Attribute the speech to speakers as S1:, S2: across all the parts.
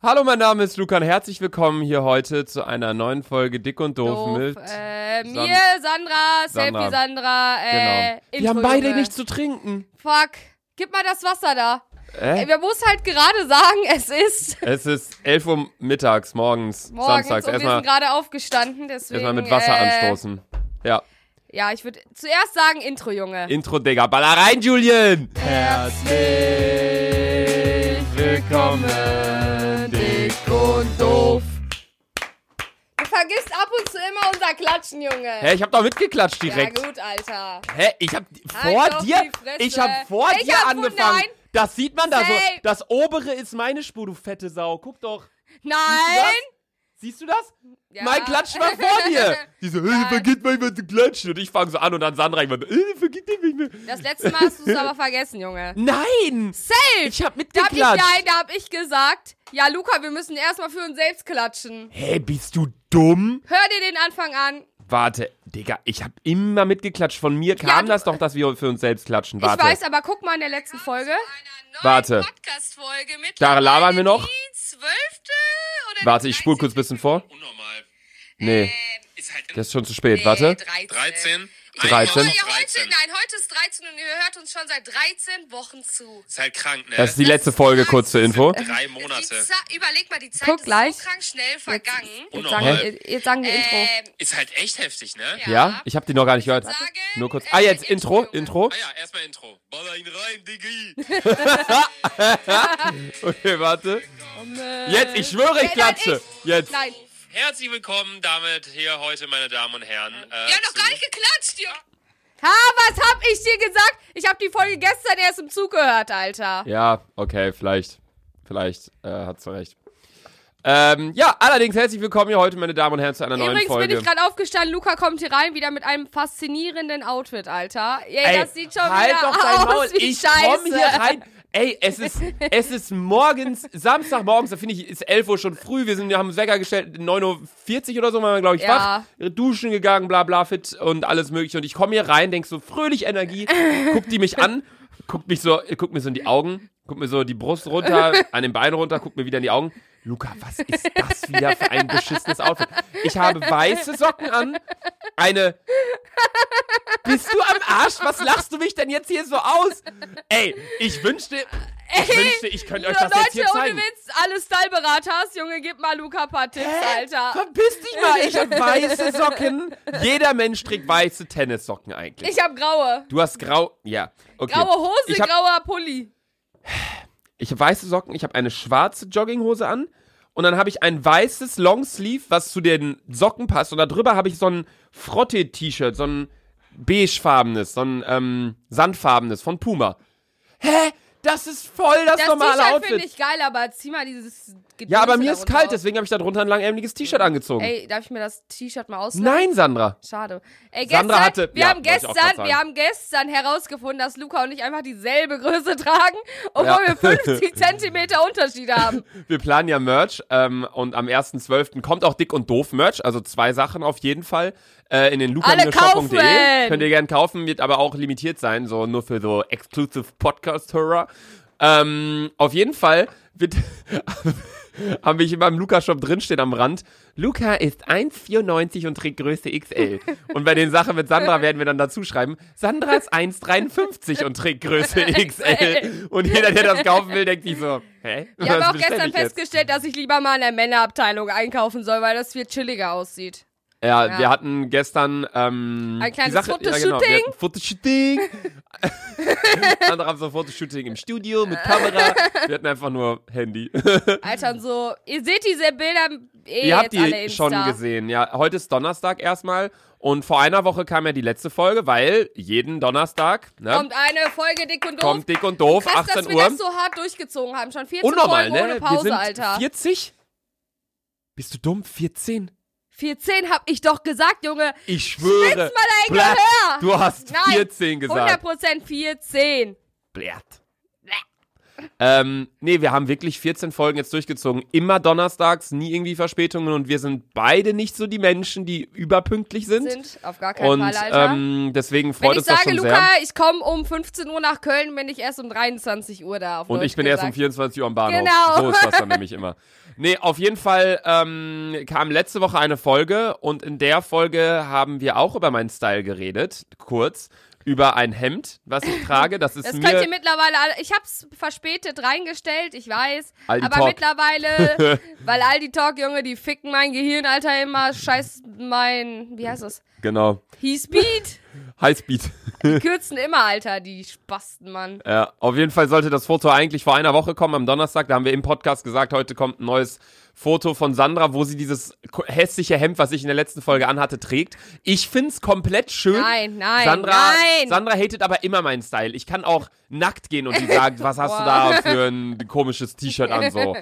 S1: Hallo, mein Name ist Lukan. Herzlich willkommen hier heute zu einer neuen Folge Dick und Doof,
S2: Doof.
S1: mit.
S2: Äh,
S1: San-
S2: mir, Sandra, Selfie Sandra, äh,
S1: genau. Wir
S2: Intro,
S1: haben beide
S2: Junge.
S1: nichts zu trinken.
S2: Fuck. Gib mal das Wasser da.
S1: Äh?
S2: Ey, man muss halt gerade sagen, es ist
S1: Es ist 11 Uhr mittags, morgens,
S2: morgens
S1: samstags.
S2: und wir
S1: Erstmal,
S2: sind gerade aufgestanden, deswegen.
S1: erstmal mit Wasser
S2: äh,
S1: anstoßen. Ja.
S2: Ja, ich würde zuerst sagen Intro, Junge.
S1: Intro, Digga. Baller rein, Julian!
S2: Herzlich willkommen, dick und doof. Du vergisst ab und zu immer unser Klatschen, Junge.
S1: Hä, ich hab doch mitgeklatscht direkt.
S2: Ja gut, Alter.
S1: Hä, ich hab
S2: Halt
S1: vor
S2: doch
S1: dir,
S2: die Fresse.
S1: ich hab vor
S2: Ich
S1: dir
S2: hab von
S1: angefangen.
S2: nein.
S1: Das sieht man da so.
S2: Safe.
S1: Das obere ist meine Spur, du fette Sau. Guck doch.
S2: Nein!
S1: Siehst du das?
S2: Ja.
S1: Mein Klatschen war vor dir. Die so, hey, vergiss mal immer zu klatschen. Und ich fange so an und dann Sandra immer, hey, vergiss nicht mehr.
S2: Das letzte Mal hast du es aber vergessen, Junge.
S1: Nein!
S2: Safe!
S1: Ich hab
S2: da hab ich,
S1: mitgeklatscht.
S2: nein, da hab ich gesagt, ja, Luca, wir müssen erstmal für uns selbst klatschen.
S1: Hä, bist du dumm?
S2: Hör dir den Anfang an.
S1: Warte, Digga, ich hab immer mitgeklatscht. Von mir kam
S2: du-
S1: das doch, dass wir für uns selbst klatschen. Warte.
S2: Ich weiß, äh, aber guck mal in der letzten Folge.
S1: Warte. Da labern wir noch. Warte, ich spul kurz ein bisschen vor.
S3: Unnormal.
S1: Nee,
S3: Ist halt
S1: das ist schon zu spät. Warte.
S3: 13.
S1: Dreizehn.
S2: Ja,
S3: 13.
S2: heute, nein, heute ist 13 und ihr hört uns schon seit 13 Wochen zu.
S3: Ist halt krank, ne?
S1: Das ist die letzte Folge, kurz zur Info.
S3: Drei
S2: Die
S3: Monate.
S2: Ze- Überleg mal, die Zeit
S4: Guck
S2: ist
S4: gleich.
S2: so krank schnell vergangen.
S4: Jetzt
S3: Unnormal.
S4: sagen, wir, jetzt sagen wir Intro.
S2: Ähm,
S3: Ist halt echt heftig, ne?
S2: Ja.
S1: Ja? Ich hab die noch gar nicht gehört.
S2: Ich würd sagen,
S1: Nur kurz.
S2: äh,
S1: Ah, jetzt Intro,
S2: Junge.
S1: Intro.
S3: Ah ja, erstmal Intro. Baller ihn rein, Diggi.
S1: Okay, warte. Jetzt, ich schwöre, ich
S2: Ey, Oh, nein,
S1: klatsche. Jetzt.
S2: Nein.
S3: Herzlich willkommen damit hier heute, meine Damen und Herren. Äh,
S2: Wir haben noch
S3: zu-
S2: gar nicht geklatscht, Junge. Ha, was hab ich dir gesagt? Ich hab die Folge gestern erst im Zug gehört, Alter.
S1: Ja, okay, vielleicht. Vielleicht äh, hat's doch recht. Ähm, ja, allerdings herzlich willkommen hier heute, meine Damen und Herren, zu einer neuen
S2: Übrigens
S1: Folge.
S2: bin ich gerade aufgestanden. Luca kommt hier rein, wieder mit einem faszinierenden Outfit, Alter. Ey,
S1: Ey,
S2: das sieht schon
S1: halt
S2: wieder
S1: doch dein
S2: aus
S1: Maul.
S2: wie
S1: ich
S2: Scheiße.
S1: komm hier rein. Ey, es ist, es ist morgens, Samstagmorgens, da finde ich, ist 11 Uhr schon früh. Wir sind, wir haben uns Wecker gestellt, 9.40 Uhr oder so, waren wir, glaube ich,
S2: Ja.
S1: wach. Duschen gegangen, bla bla, fit und alles mögliche. Und ich komme hier rein, denk so, fröhlich Energie, guckt die mich an, guckt mich so, guckt mir so in die Augen, guckt mir so die Brust runter, an den Beinen runter, guckt mir wieder in die Augen. Luca, was ist das wieder für ein beschissenes Outfit? Ich habe weiße Socken an, eine bist du am Arsch? Was lachst du mich denn jetzt hier so aus? Ey, ich wünschte, ich wünschte, ich könnte euch das jetzt hier
S2: Leute, ohne
S1: zeigen.
S2: Witz, alle Styleberater, Junge, gib mal Luca ein paar Tipps, Alter.
S1: Verpiss dich mal, ich hab weiße Socken. Jeder Mensch trägt weiße Tennissocken eigentlich.
S2: Ich hab graue.
S1: Du hast grau, ja, okay.
S2: Graue Hose,
S1: ich hab,
S2: grauer Pulli.
S1: ich hab weiße Socken, ich habe eine schwarze Jogginghose an und dann habe ich ein weißes Longsleeve, was zu den Socken passt und darüber habe ich so ein Frotte-T-Shirt, so ein beigefarbenes, so ein ähm, sandfarbenes von Puma. Hä? Das ist voll das,
S2: Das
S1: normale
S2: T-Shirt
S1: Outfit.
S2: finde ich geil, aber zieh mal dieses Gedöns
S1: Ja, aber mir ist
S2: darunter
S1: kalt,
S2: aus.
S1: deswegen habe ich darunter ein langärmeliges T-Shirt angezogen.
S2: Ey, darf ich mir das T-Shirt mal ausleihen?
S1: Nein, Sandra.
S2: Schade. Ey, gestern,
S1: Sandra hatte-
S2: wir,
S1: ja,
S2: haben
S1: wollte ich auch grad
S2: gestern,
S1: sagen.
S2: wir haben gestern herausgefunden, dass Luca und ich einfach dieselbe Größe tragen, obwohl
S1: Ja.
S2: wir 50 Zentimeter Unterschied haben.
S1: Wir planen ja Merch ähm, und am 1.12. kommt auch dick und doof Merch, also zwei Sachen auf jeden Fall äh, in den
S2: kaufen!
S1: lukamirshop.de. Könnt ihr gern kaufen, wird aber auch limitiert sein, so nur für so exclusive Podcast-Hörer. Ähm, auf jeden Fall wird, haben wir hier beim Luca-Shop drinstehen am Rand. Luca ist 1,94 und trägt Größe XL. Und bei den Sachen mit Sandra werden wir dann dazu schreiben, Sandra ist 1,53 und trägt Größe XL. Und jeder, der das kaufen will, denkt sich so, hä?
S2: Ich habe
S1: Was
S2: auch
S1: bestell
S2: gestern
S1: ich jetzt?
S2: festgestellt, dass ich lieber mal in der Männerabteilung einkaufen soll, weil das viel chilliger aussieht.
S1: Ja,
S2: Ja.
S1: wir hatten gestern ähm,
S2: Ein kleines
S1: die Sache- Ja, genau, wir
S2: Fotoshooting.
S1: hatten Fotoshooting. Andere haben so Fotoshooting im Studio mit Kamera. Wir hatten einfach nur Handy.
S2: Alter, und so, ihr seht diese Bilder eh
S1: Ihr
S2: jetzt
S1: habt
S2: alle
S1: die
S2: Insta.
S1: schon gesehen. Ja, heute ist Donnerstag erstmal. Und vor einer Woche kam ja die letzte Folge, weil jeden Donnerstag ne, kommt,
S2: Kommt eine Folge dick und doof.
S1: dick und doof,
S2: Krass,
S1: 18
S2: dass wir
S1: Uhr.
S2: das so hart durchgezogen haben. Schon 14
S1: Unnormal,
S2: Folgen
S1: ne?
S2: ohne
S1: wir
S2: Pause,
S1: sind
S2: Alter.
S1: 40? Bist du dumm? 14?
S2: 14 hab ich doch gesagt, Junge.
S1: Ich schwöre.
S2: Mal dein
S1: Bläh.
S2: Gehör.
S1: Du hast
S2: Nein,
S1: 14 gesagt.
S2: 100% 14.
S1: Blärt. Ähm, nee, wir haben wirklich 14 Folgen jetzt durchgezogen. Immer donnerstags, nie irgendwie Verspätungen und wir sind beide nicht so die Menschen, die überpünktlich sind.
S2: Sind auf gar keinen
S1: und
S2: Fall, Alter.
S1: ähm, deswegen freut
S2: wenn ich
S1: uns das
S2: sage,
S1: schon
S2: Luca,
S1: sehr.
S2: ich komme um 15 Uhr nach Köln, bin ich erst um 23 Uhr da. Auf
S1: Und
S2: Deutsch
S1: ich bin
S2: gesagt.
S1: erst um 24 Uhr am Bahnhof.
S2: Genau.
S1: So ist das dann nämlich immer. Nee, auf jeden Fall ähm, kam letzte Woche eine Folge und in der Folge haben wir auch über meinen Style geredet, kurz, über ein Hemd, was ich trage. Das ist
S2: Das könnt ihr
S1: mir
S2: mittlerweile, alle- ich hab's verspätet reingestellt, ich weiß.
S1: Aldi
S2: aber
S1: Talk.
S2: mittlerweile, weil Aldi Talk, Junge, die ficken mein Gehirn, Alter, immer. Scheiß mein, wie heißt das?
S1: genau
S2: He-Speed?
S1: Highspeed.
S2: Die kürzen immer, Alter, die Spasten, Mann.
S1: Ja, auf jeden Fall sollte das Foto eigentlich vor einer Woche kommen, am Donnerstag. Da haben wir im Podcast gesagt, heute kommt ein neues Foto von Sandra, wo sie dieses ko- hässliche Hemd, was ich in der letzten Folge anhatte, trägt. Ich find's komplett schön.
S2: Nein, nein,
S1: Sandra,
S2: nein.
S1: Sandra hatet aber immer meinen Style. Ich kann auch nackt gehen und die sagt, was hast du da für ein komisches T-Shirt an, so.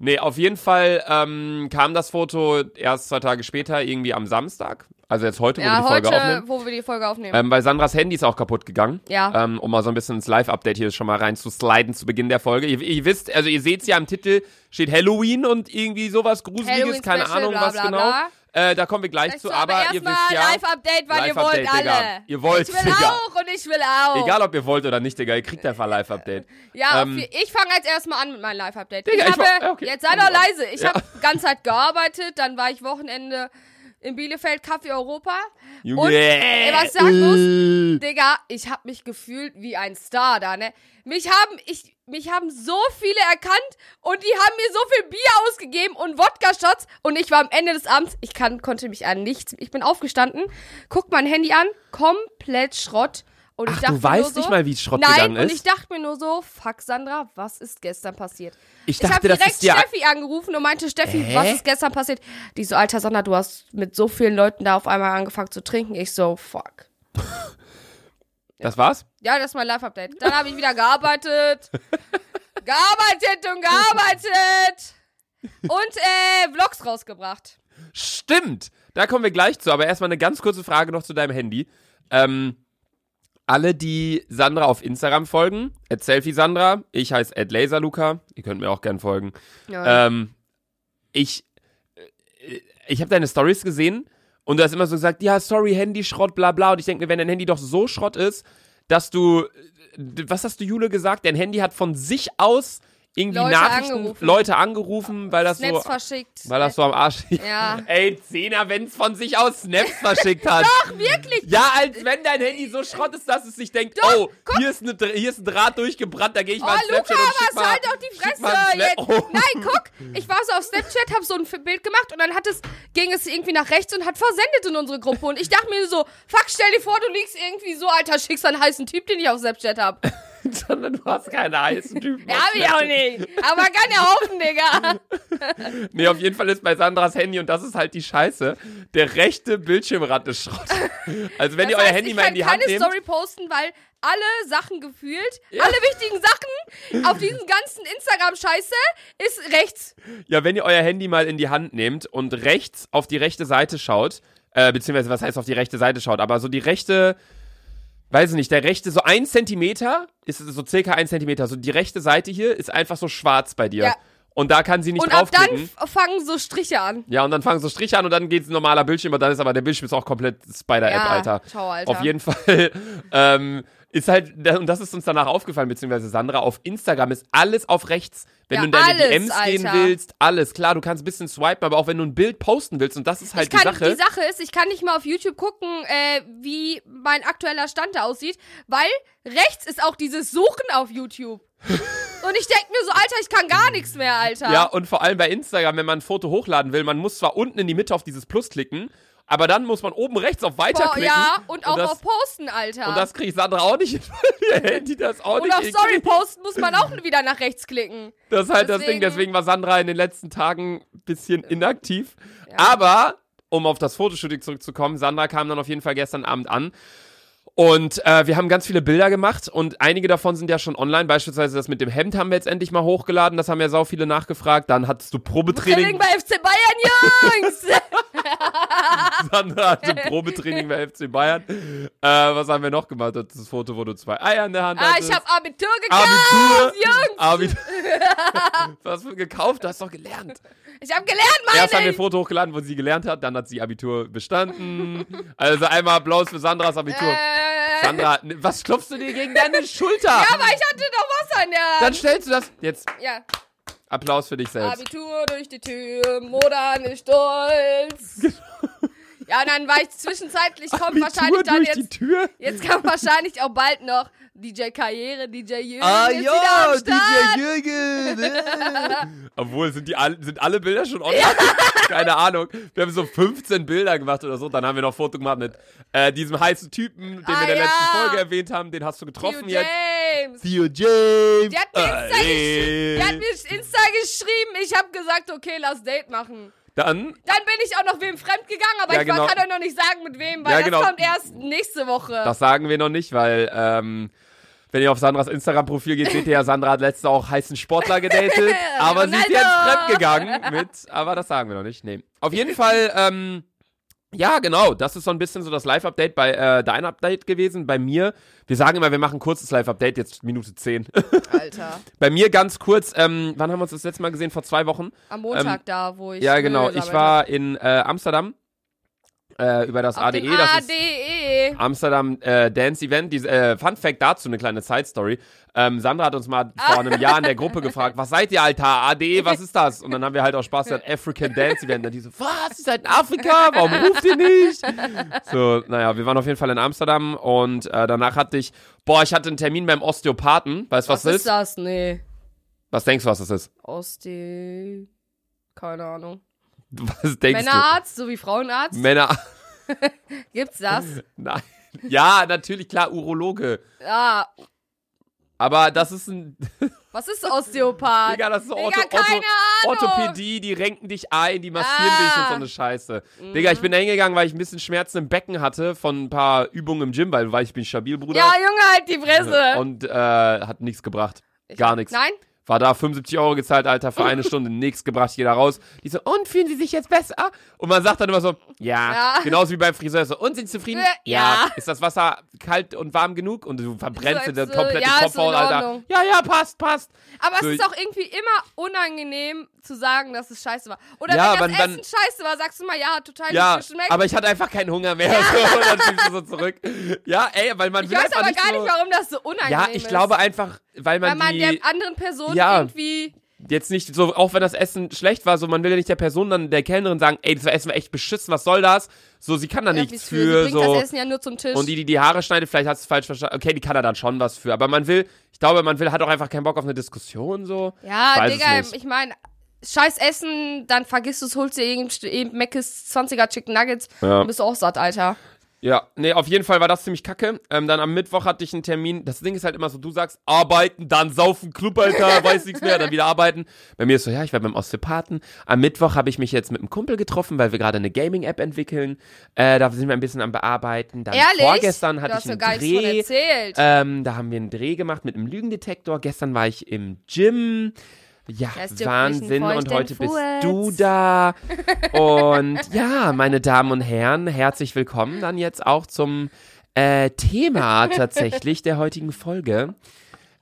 S1: Nee, auf jeden Fall ähm, kam das Foto erst zwei Tage später, irgendwie am Samstag. Also jetzt heute, wo wir
S2: Ja,
S1: die Folge
S2: heute,
S1: aufnehmen.
S2: wo wir die Folge aufnehmen.
S1: Ähm, weil Sandras Handy ist auch kaputt gegangen.
S2: Ja.
S1: Ähm, um mal so ein bisschen ins Live-Update hier schon mal rein zu sliden zu Beginn der Folge. Ihr, ihr wisst, also ihr seht ja am Titel, steht Halloween und irgendwie sowas Gruseliges,
S2: Halloween
S1: keine
S2: Special,
S1: Ahnung
S2: bla,
S1: was
S2: bla,
S1: genau.
S2: bla.
S1: Äh, da kommen wir gleich
S2: Weißt
S1: zu,
S2: du,
S1: aber ihr
S2: erstmal
S1: wisst ja.
S2: Live-Update, weil ihr
S1: Live-Update,
S2: wollt alle.
S1: Digga. Ihr wollt,
S2: ich will
S1: Digga.
S2: auch und ich will auch.
S1: Egal ob ihr wollt oder nicht, Digga, ihr kriegt
S2: Äh,
S1: einfach Live-Update.
S2: Ja,
S1: Ähm,
S2: auf- ich fange jetzt erstmal an mit meinem Live-Update. Ich
S1: Digga, ich
S2: habe,
S1: war- ja, okay.
S2: jetzt sei doch leise, ich hab habe ganze Zeit gearbeitet, dann war ich Wochenende in Bielefeld, Kaffee Europa.
S1: Junge. Äh.
S2: Und ey, was ich sagen muss,
S1: muss?
S2: Digga, ich habe mich gefühlt wie ein Star da, ne? Mich haben, ich, mich haben so viele erkannt und die haben mir so viel Bier ausgegeben und Wodka-Shots und ich war am Ende des Abends, ich kann, konnte mich an nichts, ich bin aufgestanden, guck mein Handy an, komplett Schrott. Und ich
S1: Ach,
S2: dachte
S1: du
S2: mir nur
S1: weißt
S2: so,
S1: nicht mal, wie es Schrott
S2: Nein,
S1: gegangen
S2: und
S1: ist.
S2: ich dachte mir nur so, fuck Sandra, was ist gestern passiert?
S1: Ich
S2: ich
S1: dachte,
S2: habe
S1: das
S2: direkt
S1: ist ja.
S2: Steffi angerufen und meinte, Steffi,
S1: Hä?
S2: was ist gestern passiert? Die so, alter Sandra, du hast mit so vielen Leuten da auf einmal angefangen zu trinken. Ich so, fuck.
S1: Das war's?
S2: Ja, das ist mein Live-Update. Dann habe ich wieder gearbeitet. gearbeitet und gearbeitet. Und äh, Vlogs rausgebracht.
S1: Stimmt! Da kommen wir gleich zu, aber erstmal eine ganz kurze Frage noch zu deinem Handy. Ähm, alle, die Sandra auf Instagram folgen, at Selfie Sandra, ich heiße at Laserluca, ihr könnt mir auch gern folgen.
S2: Ja.
S1: Ähm, ich äh, ich habe deine Stories gesehen und du hast immer so gesagt, ja, sorry, Handy, Schrott, bla bla. Und ich denke mir, wenn dein Handy doch so Schrott ist, dass du, d- was hast du Jule gesagt? Dein Handy hat von sich aus irgendwie
S2: Leute
S1: Nachrichten,
S2: angerufen.
S1: Leute angerufen, weil das
S2: Snaps
S1: so,
S2: verschickt.
S1: also, weil das so am Arsch liegt.
S2: Ja.
S1: Ey, Zehner, wenn's von sich aus Snaps verschickt hat.
S2: Ach, wirklich?
S1: Ja, als wenn dein Handy so Schrott ist, dass es sich denkt, oh, hier ist, eine, Dr- hier ist ein Draht durchgebrannt, da gehe ich
S2: Oh,
S1: mal ins
S2: Luca,
S1: Snapchat und schick
S2: was
S1: mal,
S2: halt doch die
S1: schick mal einen
S2: Fresse
S1: Snap-
S2: jetzt.
S1: Oh.
S2: Nein, guck, ich war so auf Snapchat, hab so ein Bild gemacht und dann hat es, ging es irgendwie nach rechts und hat versendet in unsere Gruppe. Und ich dachte mir so, fuck, stell dir vor, du liegst irgendwie so, alter, schickst einen heißen Typ, den ich auf Snapchat hab.
S1: sondern du hast keine heißen Typen.
S2: Ja, hab ich auch nicht. Aber kann ja hoffen, Digga.
S1: Nee, auf jeden Fall ist bei Sandras Handy, und das ist halt die Scheiße, der rechte Bildschirmrand ist Schrott. Also wenn ihr
S2: Das
S1: euer
S2: heißt,
S1: Handy
S2: ich
S1: mal
S2: kann
S1: in die
S2: keine
S1: Hand nehmt,
S2: Story posten, weil alle Sachen gefühlt, alle wichtigen Sachen auf diesen ganzen Instagram-Scheiße ist rechts.
S1: ja, wenn ihr euer Handy mal in die Hand nehmt und rechts auf die rechte Seite schaut, äh, beziehungsweise was heißt auf die rechte Seite schaut, aber so die rechte, weiß ich nicht, der rechte, so ein Zentimeter, ist so circa ein Zentimeter, so die rechte Seite hier ist einfach so schwarz bei dir.
S2: Ja.
S1: Und da kann sie nicht
S2: Und ab dann
S1: draufklicken.
S2: f- fangen so Striche an.
S1: Ja, und dann fangen so Striche an und dann geht's ein normaler Bildschirm und dann ist aber der Bildschirm ist auch komplett Spider-App,
S2: Ja,
S1: Alter.
S2: ciao, Alter.
S1: Auf jeden Fall ähm, ist halt, da- und das ist uns danach aufgefallen, beziehungsweise Sandra, auf Instagram ist alles auf rechts. Wenn
S2: Ja,
S1: du in deine
S2: alles,
S1: DMs gehen
S2: Alter.
S1: willst, alles. Klar, du kannst ein bisschen swipen, aber auch wenn du ein Bild posten willst und das ist halt
S2: ich kann,
S1: die Sache.
S2: ist, ich kann nicht mal auf YouTube gucken, äh, wie mein aktueller Stand da aussieht, weil rechts ist auch dieses Suchen auf YouTube. Und ich denk mir so, Alter, ich kann gar nichts mehr, Alter.
S1: ja, und vor allem bei Instagram, wenn man ein Foto hochladen will, man muss zwar unten in die Mitte auf dieses Plus klicken, aber dann muss man oben rechts auf Weiter
S2: Boah,
S1: klicken.
S2: ja, und auch
S1: das,
S2: auf Posten, Alter.
S1: Und das kriegt Sandra auch nicht hin, weil ihr Handy das auch
S2: und
S1: nicht
S2: auf
S1: hinkriegt.
S2: Story posten muss man auch wieder nach rechts klicken.
S1: Das ist halt das Ding,
S2: Deswegen-
S1: deswegen war Sandra in den letzten Tagen ein bisschen inaktiv. Aber, um auf das Fotoshooting zurückzukommen, Sandra kam dann auf jeden Fall gestern Abend an. Und äh, wir haben ganz viele Bilder gemacht und einige davon sind ja schon online. Beispielsweise das mit dem Hemd haben wir jetzt endlich mal hochgeladen. Das haben ja sau viele nachgefragt. Dann hattest du
S2: Training
S1: Probetraining.
S2: bei FC Bayern, Jungs!
S1: Sandra hatte Probetraining bei FC Bayern. Äh, was haben wir noch gemacht? Das Foto, wo du zwei Eier in der Hand
S2: Ah,
S1: hattest.
S2: ich habe Abitur
S1: Ah.
S2: gekauft.
S1: Abitur.
S2: Jungs.
S1: Abi- was für gekauft? Du hast doch gelernt.
S2: Ich habe gelernt, meine.
S1: Erst haben wir ein Foto hochgeladen, wo sie gelernt hat, dann hat sie Abitur bestanden. Also einmal Applaus für Sandras Abitur.
S2: äh,
S1: Sandra, ne- was klopfst du dir gegen deine Schulter?
S2: Ja, aber ich hatte doch Wasser in der
S1: Dann
S2: Hand.
S1: stellst du das. Jetzt
S2: Ja.
S1: Applaus für dich selbst.
S2: Abitur durch die Tür, Modern ist stolz. ja, und dann war ich zwischenzeitlich, kommt wahrscheinlich dann
S1: durch die
S2: jetzt.
S1: Tür.
S2: Jetzt kam wahrscheinlich auch bald noch DJ Karriere, DJ Jürgen.
S1: Ah
S2: ist wieder
S1: ja,
S2: am Start.
S1: DJ Jürgen. äh. Obwohl, sind, die, all- sind alle Bilder schon online? Keine Ahnung. Wir haben so 15 Bilder gemacht oder so. Dann haben wir noch ein Foto gemacht mit äh, diesem heißen Typen, den wir
S2: Ah,
S1: in der
S2: ja.
S1: letzten Folge erwähnt haben. Den hast du getroffen
S2: Theo
S1: jetzt.
S2: James.
S1: Theo James.
S2: Der hat mir Insta Der hat mir Insta geschrieben, ich habe gesagt, okay, lass Date machen.
S1: Dann
S2: Dann bin ich auch noch wem fremd gegangen, aber
S1: Ja,
S2: ich
S1: genau.
S2: kann euch noch nicht sagen, mit wem, weil
S1: Ja,
S2: das
S1: genau.
S2: kommt erst nächste Woche.
S1: Das sagen wir noch nicht, weil ähm, wenn ihr auf Sandras Instagram-Profil geht, seht ihr ja, Sandra hat letzte auch heißen Sportler gedatet, aber sie ist
S2: Ronaldo.
S1: jetzt fremdgegangen mit, aber das sagen wir noch nicht. Nee. Auf jeden Fall, ähm, ja, genau, das ist so ein bisschen so das Live-Update bei äh, dein Update gewesen, bei mir. Wir sagen immer, wir machen ein kurzes Live-Update, jetzt Minute 10.
S2: Alter.
S1: bei mir ganz kurz, ähm, wann haben wir uns das letzte Mal gesehen? Vor zwei Wochen.
S2: Am Montag
S1: Ähm,
S2: da, wo ich.
S1: ja, genau,
S2: Müll
S1: ich
S2: gesammelt hab.
S1: war in äh, Amsterdam äh, über das
S2: Auf
S1: ADE,
S2: dem E.
S1: das ist
S2: ADE.
S1: Amsterdam äh, Dance Event. Diese, äh, Fun Fact dazu, eine kleine Side Story. Ähm, Sandra hat uns mal vor einem Jahr in der Gruppe gefragt, was seid ihr, Alter? ADE, was ist das? Und dann haben wir halt auch Spaß gesagt, African Dance Event. Und die so, was? Ihr seid in Afrika? Warum ruft ihr nicht? So, naja, wir waren auf jeden Fall in Amsterdam und äh, danach hatte ich, boah, ich hatte einen Termin beim Osteopathen. Weißt du, was,
S2: Was
S1: das
S2: ist
S1: ist?
S2: das? Nee.
S1: Was denkst du, was das ist?
S2: Oste. Keine Ahnung.
S1: Was denkst
S2: Männerarzt sowie Frauenarzt?
S1: du? Männer.
S2: Gibt's das?
S1: Nein. Ja, natürlich, klar, Urologe.
S2: Ah,
S1: Aber das ist ein.
S2: was ist Osteopath?
S1: Digga, das ist
S2: Ah, Digga,
S1: Ortho
S2: keine
S1: Ortho
S2: Ahnung.
S1: Orthopädie, die renken dich ein, die massieren
S2: Ah. Mhm.
S1: dich und so eine Scheiße. Digga, ich bin da hingegangen, weil ich ein bisschen Schmerzen im Becken hatte von ein paar Übungen im Gym, weil, weil ich bin stabil, Bruder.
S2: ja, Junge, halt die Fresse.
S1: ne? und äh, hat nichts gebracht. Gar nichts.
S2: Nein?
S1: War da 75 Euro gezahlt, Alter, für eine Stunde, nichts gebracht, jeder raus. Die so, und fühlen Sie sich jetzt besser? Und man sagt dann immer so, ja,
S2: Ja.
S1: genauso wie beim Friseur, so, und sind Sie zufrieden?
S2: Äh, ja.
S1: Ist das Wasser kalt und warm genug? Und du verbrennst
S2: So,
S1: dir den
S2: so,
S1: kompletten
S2: ja, ist
S1: Kopfhaut,
S2: in
S1: Alter.
S2: Ordnung.
S1: Ja, ja, passt, passt.
S2: Aber
S1: So,
S2: es ist auch irgendwie immer unangenehm zu sagen, dass es scheiße war. Oder
S1: Ja,
S2: wenn
S1: wann-
S2: das
S1: wann-
S2: Essen scheiße war, sagst du mal, ja, hat total
S1: Ja,
S2: nicht geschmeckt.
S1: aber ich hatte einfach keinen Hunger mehr. So, und dann schiebst du so zurück. Ja, ey, weil man
S2: ich
S1: will
S2: weiß
S1: einfach
S2: aber
S1: nicht
S2: gar
S1: so,
S2: nicht, warum das so unangenehm
S1: Ja,
S2: ist.
S1: ich glaube einfach, weil
S2: Weil
S1: man,
S2: man
S1: die
S2: der anderen Person
S1: Ja.
S2: irgendwie.
S1: jetzt nicht so, auch wenn das Essen schlecht war, so man will ja nicht der Person dann der Kellnerin sagen, ey, das Essen war echt beschissen, was soll das? So, sie kann da
S2: irgendwie
S1: nichts
S2: für.
S1: für,
S2: Sie bringt
S1: so.
S2: das Essen ja nur zum Tisch.
S1: Und die, die die Haare schneidet, vielleicht hast du es falsch verstanden. Okay, die kann da dann schon was für, aber man will, ich glaube, man will hat auch einfach keinen Bock auf eine Diskussion so.
S2: ja,
S1: Weiß es
S2: Digga,
S1: nicht.
S2: ich meine, scheiß Essen, dann vergisst du es, holst dir eben, eben Mc's 20er Chicken Nuggets
S1: Ja.
S2: und bist du auch satt, Alter.
S1: Ja, nee, auf jeden Fall war das ziemlich kacke. Ähm, dann am Mittwoch hatte ich einen Termin. Das Ding ist halt immer so, du sagst arbeiten, dann saufen, Club, Alter, weiß nichts mehr, dann wieder arbeiten. Bei mir ist so, ja, ich war beim Osteopathen. Am Mittwoch habe ich mich jetzt mit einem Kumpel getroffen, weil wir gerade eine Gaming-App entwickeln. Äh, da sind wir ein bisschen am Bearbeiten. Dann
S2: Ehrlich?
S1: vorgestern hatte
S2: du hast
S1: ich
S2: mir
S1: einen
S2: gar nichts von
S1: Dreh.
S2: erzählt.
S1: Ähm, da haben wir einen Dreh gemacht mit einem Lügendetektor. Gestern war ich im Gym. Ja,
S2: Das juckt mich
S1: Wahnsinn.
S2: einen
S1: Und heute bist
S2: feuchten
S1: du
S2: Furz.
S1: da. Und ja, meine Damen und Herren, herzlich willkommen dann jetzt auch zum äh, Thema tatsächlich der heutigen Folge.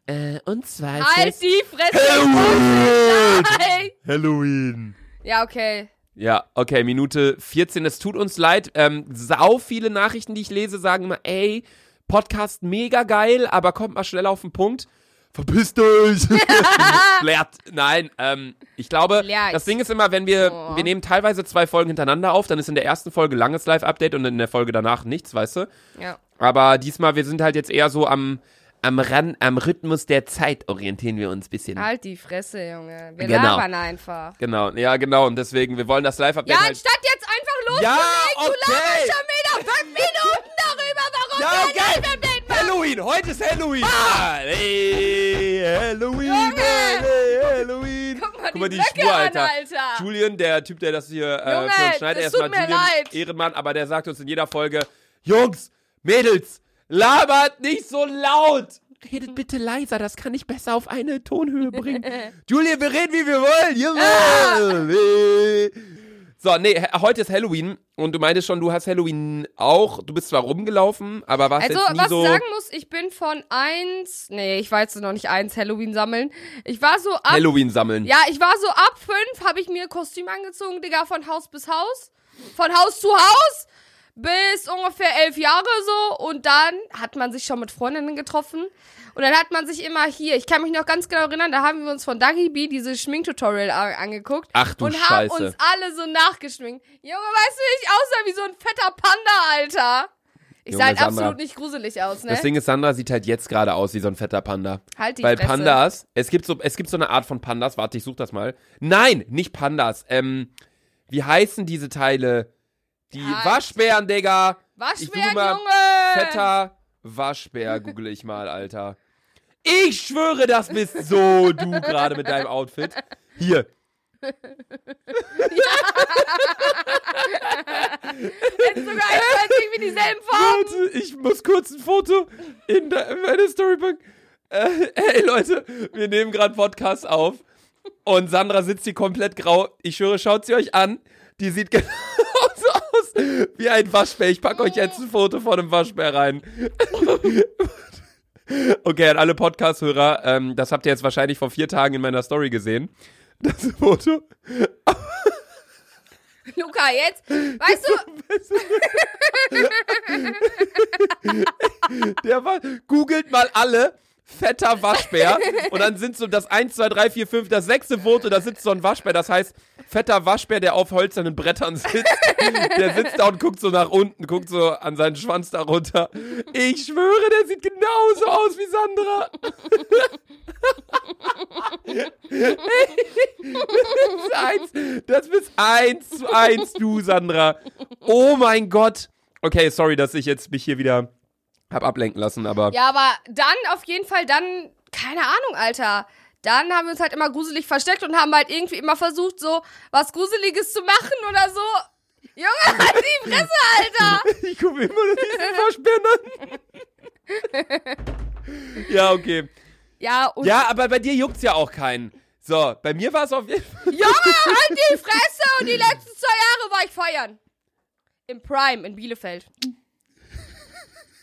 S1: Äh, und zwar ist
S2: halt
S1: es
S2: die Fresse. Nein.
S1: Halloween.
S2: Ja, okay.
S1: Ja, okay, Minute 14. Es tut uns leid. Ähm, sau viele Nachrichten, die ich lese, sagen immer, ey, Podcast mega geil, aber kommt mal schnell auf den Punkt. Verpiss dich! Blärt. Nein, ähm, ich glaube,
S2: Blärt.
S1: das Ding ist immer, wenn wir,
S2: Oh.
S1: wir nehmen teilweise zwei Folgen hintereinander auf, dann ist in der ersten Folge langes Live-Update und in der Folge danach nichts, weißt du?
S2: Ja.
S1: Aber diesmal, wir sind halt jetzt eher so am, am Ran, am Rhythmus der Zeit orientieren wir uns ein bisschen.
S2: Halt die Fresse, Junge. Wir
S1: Genau.
S2: labern einfach.
S1: Genau, ja, genau, und deswegen, wir wollen das Live-Update
S2: Ja,
S1: halt
S2: anstatt jetzt einfach loszulegen,
S1: Ja,
S2: du laberst
S1: okay.
S2: schon wieder fünf Minuten darüber, warum
S1: Ja,
S2: wir
S1: okay.
S2: live im Date machen.
S1: Halloween, heute ist Halloween. Hey, Halloween,
S2: Ah! Junge.
S1: hey, Halloween.
S2: Guck mal, die Blöcke an, Alter.
S1: Julian, der Typ, der das hier äh,
S2: Junge,
S1: für uns schneidet,
S2: es
S1: erstmal
S2: tut mir
S1: Julian
S2: leid.
S1: Ehrenmann, aber der sagt uns in jeder Folge, Jungs, Mädels, labert nicht so laut. Redet bitte leiser, das kann ich besser auf eine
S2: Ah!
S1: Tonhöhe bringen. Julian, wir reden, wie wir wollen. Junge. So, nee, he- heute ist Halloween und du meintest schon, du hast Halloween auch. Du bist zwar rumgelaufen, aber warst
S2: Also,
S1: jetzt nie
S2: was
S1: so.
S2: ich sagen muss, ich bin von eins, nee, ich war jetzt noch nicht eins, Halloween sammeln. Ich war so ab,
S1: Halloween sammeln.
S2: ja, ich war so ab fünf, habe ich mir Kostüm angezogen, Digga, von Haus bis Haus, von Haus zu Haus, bis ungefähr elf Jahre so. Und dann hat man sich schon mit Freundinnen getroffen. Und dann hat man sich immer hier, ich kann mich noch ganz genau erinnern, da haben wir uns von Dagi B dieses Schminktutorial a- angeguckt.
S1: Ach du
S2: und haben
S1: Scheiße.
S2: uns alle so nachgeschminkt. Junge, weißt du, wie ich aussah wie so ein fetter Panda, Alter. Ich sah
S1: Junge,
S2: halt
S1: Sandra.
S2: absolut nicht gruselig aus, ne?
S1: Das Ding ist, Sandra sieht halt jetzt gerade aus wie so ein fetter Panda.
S2: Halt die
S1: Weil
S2: Fresse.
S1: Pandas, es gibt, so, es gibt so eine Art von Pandas, warte, ich such das mal. Nein, nicht Pandas. Ähm, wie heißen diese Teile? Die
S2: Ja,
S1: Waschbären, Digga. Ich
S2: Waschbär,
S1: suche mal
S2: Junge!
S1: Fetter Waschbär google ich mal, Alter. Ich schwöre, das bist so du gerade mit deinem Outfit. Hier.
S2: Jetzt sogar eindeutig wie dieselben Farben.
S1: Warte, ich muss kurz ein Foto in de- in meine Storybook. Äh, hey Leute, wir nehmen gerade Podcast auf und Sandra sitzt hier komplett grau. Ich schwöre, schaut sie euch an. Die sieht genauso aus wie ein Waschbär. Ich packe euch jetzt ein Foto von einem Waschbär rein. Okay, an alle Podcast-Hörer, ähm, das habt ihr jetzt wahrscheinlich vor vier Tagen in meiner Story gesehen. Das Foto.
S2: Luca, jetzt, weißt du,
S1: Der war, googelt mal alle fetter Waschbär und dann sind so das 1, 2, 3, 4, 5, das sechste Foto, da sitzt so ein Waschbär, das heißt fetter Waschbär, der auf hölzernen Brettern sitzt, der sitzt da und guckt so nach unten, guckt so an seinen Schwanz da runter. Ich schwöre, der sieht genauso aus wie Sandra. Das ist eins, das bist eins zu eins du, Sandra. Oh mein Gott. Okay, sorry, dass ich jetzt mich hier wieder hab ablenken lassen, aber
S2: ja, aber dann auf jeden Fall, dann, keine Ahnung, Alter. Dann haben wir uns halt immer gruselig versteckt und haben halt irgendwie immer versucht, so was Gruseliges zu machen oder so. Junge, halt die Fresse, Alter!
S1: ich gucke immer nur diesen Waschbären an. ja, okay.
S2: Ja, und
S1: Ja, aber bei dir juckt's ja auch keinen. So, bei mir war es auf jeden Fall.
S2: Junge, halt die Fresse! Und die letzten zwei Jahre war ich feiern. Im Prime in Bielefeld.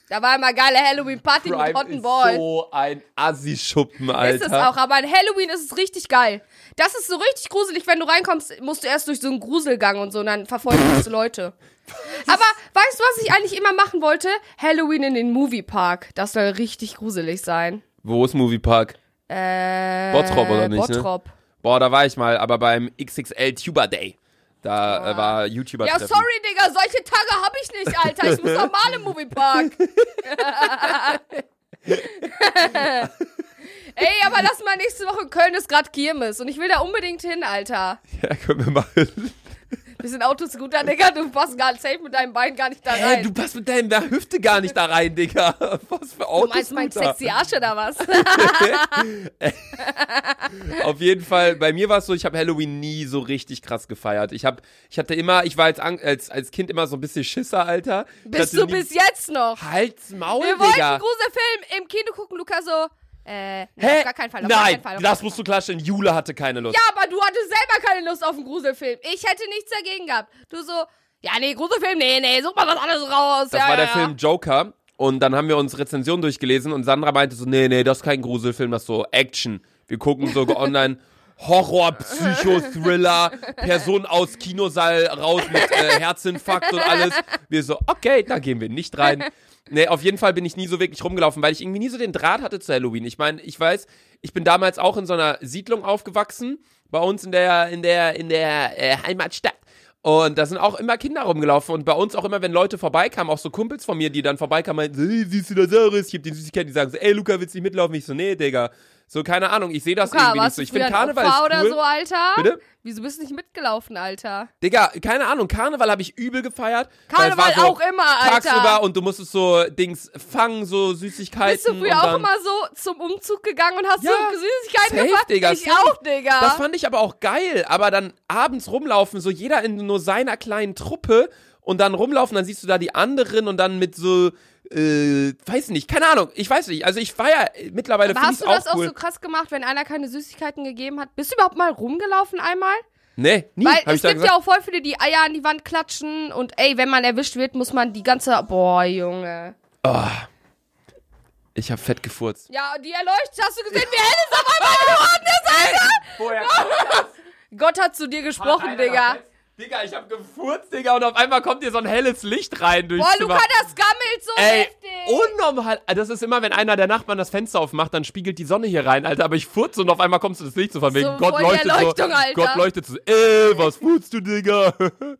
S2: Da war immer geile Halloween-Party mit
S1: Prime
S2: Rotten
S1: ist
S2: Boys.
S1: so ein Assi-Schuppen, Alter.
S2: Ist es auch, aber an Halloween ist es richtig geil. Das ist so richtig gruselig, wenn du reinkommst, musst du erst durch so einen Gruselgang und so, und dann verfolgen dich so Leute. Aber weißt du, was ich eigentlich immer machen wollte? Halloween in den Moviepark. Das soll richtig gruselig sein.
S1: Wo ist Moviepark?
S2: Äh,
S1: Bottrop oder nicht, ne?
S2: Bottrop.
S1: Boah, da war ich mal, aber beim XXL Tuber Day. Da äh, war YouTuber.
S2: Ja,
S1: Treffen.
S2: sorry, Digga, solche Tage hab ich nicht, Alter. Ich muss normal im Moviepark. Ey, aber lass mal nächste Woche in Köln ist grad Kirmes und ich will da unbedingt hin, Alter.
S1: Ja, können wir machen.
S2: Äh, Wir sind Autoscooter, Digga, du passt gar safe mit deinem Bein gar nicht da rein.
S1: Hä, du passt mit deiner Hüfte gar nicht da rein, Digga. Was für
S2: Du
S1: Autos.
S2: meinst mein sexy Arsch oder was?
S1: Auf jeden Fall, bei mir war es so, ich habe Halloween nie so richtig krass gefeiert. Ich hab, ich hatte immer, ich war als, Ang- als, als Kind immer so ein bisschen Schisser, Alter. Ich
S2: Bist
S1: hatte
S2: du
S1: nie-
S2: bis jetzt noch?
S1: Halt's Maul,
S2: Wir wollten
S1: Digga.
S2: einen Gruselfilm im Kino gucken, Luca so. Äh, nee,
S1: Hä?
S2: auf gar keinen Fall. Auf
S1: Nein,
S2: gar keinen Fall, auf
S1: das
S2: gar
S1: musst du klarstellen. Jule hatte keine Lust.
S2: Ja, aber du hattest selber keine Lust auf einen Gruselfilm. Ich hätte nichts dagegen gehabt. Du so, ja, nee, Gruselfilm, nee, nee, such mal was anderes raus.
S1: das
S2: ja,
S1: war
S2: ja,
S1: der
S2: ja.
S1: Film Joker. Und dann haben wir uns Rezensionen durchgelesen und Sandra meinte so, nee, nee, das ist kein Gruselfilm, das ist so Action. Wir gucken so online Horror, Psycho, Thriller, Person aus Kinosaal raus mit äh, Herzinfarkt und alles. Wir so, okay, da gehen wir nicht rein. Nee, auf jeden Fall bin ich nie so wirklich rumgelaufen, weil ich irgendwie nie so den Draht hatte zu Halloween. Ich meine, ich weiß, ich bin damals auch in so einer Siedlung aufgewachsen, bei uns in der, in der, in der äh, Heimatstadt. Und da sind auch immer Kinder rumgelaufen und bei uns auch immer, wenn Leute vorbeikamen, auch so Kumpels von mir, die dann vorbeikamen, meinten, so, hey, siehst du das Saurus? Ich hab den Süßigkeiten, die sagen so, ey, Luca, willst du nicht mitlaufen? Ich so, nee, Digga. So, keine Ahnung, ich sehe das
S2: Luca,
S1: irgendwie nicht
S2: warst
S1: so.
S2: du
S1: Ich finde
S2: früher ein
S1: Karneval
S2: Opfer
S1: ist
S2: oder
S1: cool.
S2: so, Alter?
S1: Bitte?
S2: Wieso bist du nicht mitgelaufen, Alter?
S1: Digga, keine Ahnung, Karneval habe ich übel gefeiert. weil es war
S2: Karneval
S1: so
S2: auch immer, Alter.
S1: Tagsüber und du musstest so Dings fangen, so Süßigkeiten.
S2: Bist du
S1: und
S2: früher auch
S1: dann,
S2: immer so zum Umzug gegangen und hast
S1: Ja,
S2: so Süßigkeiten
S1: safe,
S2: gepackt?
S1: Digga,
S2: ich
S1: safe.
S2: auch, Digga.
S1: Das fand ich aber auch geil, aber dann abends rumlaufen, so jeder in nur seiner kleinen Truppe und dann rumlaufen, dann siehst du da die anderen und dann mit so, äh, weiß nicht, keine Ahnung, ich weiß nicht. Also ich feier mittlerweile
S2: aber
S1: finde
S2: hast
S1: ich
S2: du das
S1: auch cool.
S2: auch so krass gemacht, wenn einer keine Süßigkeiten gegeben hat? Bist du überhaupt mal rumgelaufen einmal?
S1: Nee, nie.
S2: Weil
S1: Hm, hab ich
S2: es
S1: da
S2: gibt
S1: gesagt.
S2: ja auch voll viele, die Eier an die Wand klatschen und ey, wenn man erwischt wird, muss man die ganze. Boah, Junge.
S1: ich habe fett gefurzt.
S2: Ja, die erleuchtet, hast du gesehen, wie hell es auf einmal geworden ist, Alter?
S1: Vorher
S2: Gott hat zu dir
S1: Halt
S2: gesprochen, Digga.
S1: Digga, ich hab gefurzt, Digga, und auf einmal kommt hier so ein helles Licht rein durchs
S2: Boah,
S1: Zimmer.
S2: Luca, das gammelt so
S1: Ey,
S2: heftig.
S1: unnormal. Also, Das ist immer, wenn einer der Nachbarn das Fenster aufmacht, dann spiegelt die Sonne hier rein, Alter. Aber ich furze und auf einmal kommst du das Licht so von wegen.
S2: So
S1: Gott
S2: voll
S1: leuchtet
S2: die
S1: so.
S2: Erleuchtung, Alter.
S1: Gott leuchtet so. Ey, was furzt du, Digga?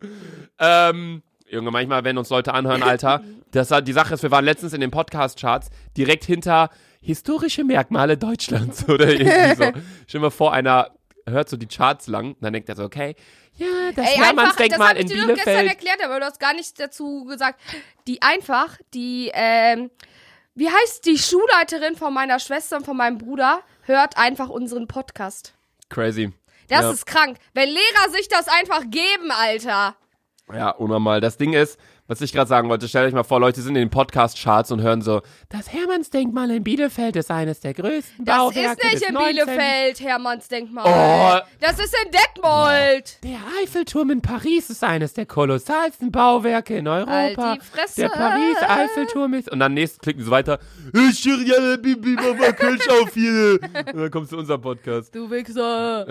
S1: ähm. Junge, manchmal, wenn uns Leute anhören, Alter, das, hat- die Sache ist, wir waren letztens in den Podcast-Charts direkt hinter historische Merkmale Deutschlands oder irgendwie so. Stell dir mal vor, einer hört so die Charts lang und dann denkt er so, okay, ja, das
S2: Ey, einfach, das
S1: Hermannsdenkmal
S2: habe ich
S1: in
S2: dir doch gestern
S1: Bielefeld.
S2: erklärt, aber du hast gar nicht dazu gesagt. Die einfach, die, ähm, wie heißt die Schulleiterin von meiner Schwester und von meinem Bruder, hört einfach unseren Podcast.
S1: Crazy.
S2: Das
S1: Ja.
S2: ist krank. Wenn Lehrer sich das einfach geben, Alter.
S1: Ja, unnormal. Das Ding ist, was ich gerade sagen wollte, stellt euch mal vor, Leute sind in den Podcast-Charts und hören so, das Hermannsdenkmal in Bielefeld ist eines der größten
S2: Das
S1: Bauwerke
S2: ist nicht
S1: des
S2: in
S1: 19.
S2: Bielefeld, Hermannsdenkmal.
S1: Oh.
S2: Das ist in Detmold.
S1: Der Eiffelturm in Paris ist eines der kolossalsten Bauwerke in Europa.
S2: Halt die Fresse.
S1: Der Paris-Eiffelturm ist... Und dann nächstes klicken sie weiter, ich schwöre, ja, Bibi, Mama, Kölsch auf hier. Und dann kommst du unser Podcast.
S2: Du Wichser.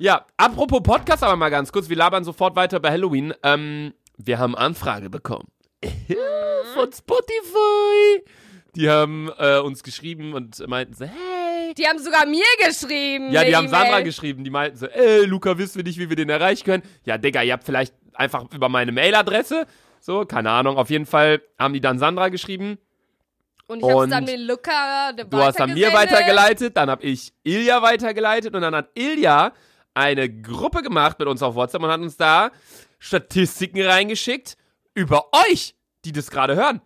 S1: Ja, apropos Podcast aber mal ganz kurz, wir labern sofort weiter bei Halloween. Ähm, wir haben Anfrage bekommen. Von Spotify. Die haben äh, uns geschrieben und meinten so, hey.
S2: Die haben sogar mir geschrieben.
S1: Ja,
S2: eine
S1: die haben Sandra
S2: E-Mail.
S1: geschrieben, die meinten so, ey, Luca, wissen wir nicht, wie wir den erreichen können? Ja, Digga, ihr habt vielleicht einfach über meine Mailadresse. So, keine Ahnung. Auf jeden Fall haben die dann Sandra geschrieben.
S2: Und ich hab's
S1: Und
S2: dann mit Luca
S1: Du hast an mir weitergeleitet, dann hab ich Ilja weitergeleitet und dann hat Ilja eine Gruppe gemacht mit uns auf WhatsApp und hat uns da Statistiken reingeschickt über euch, die das gerade hören.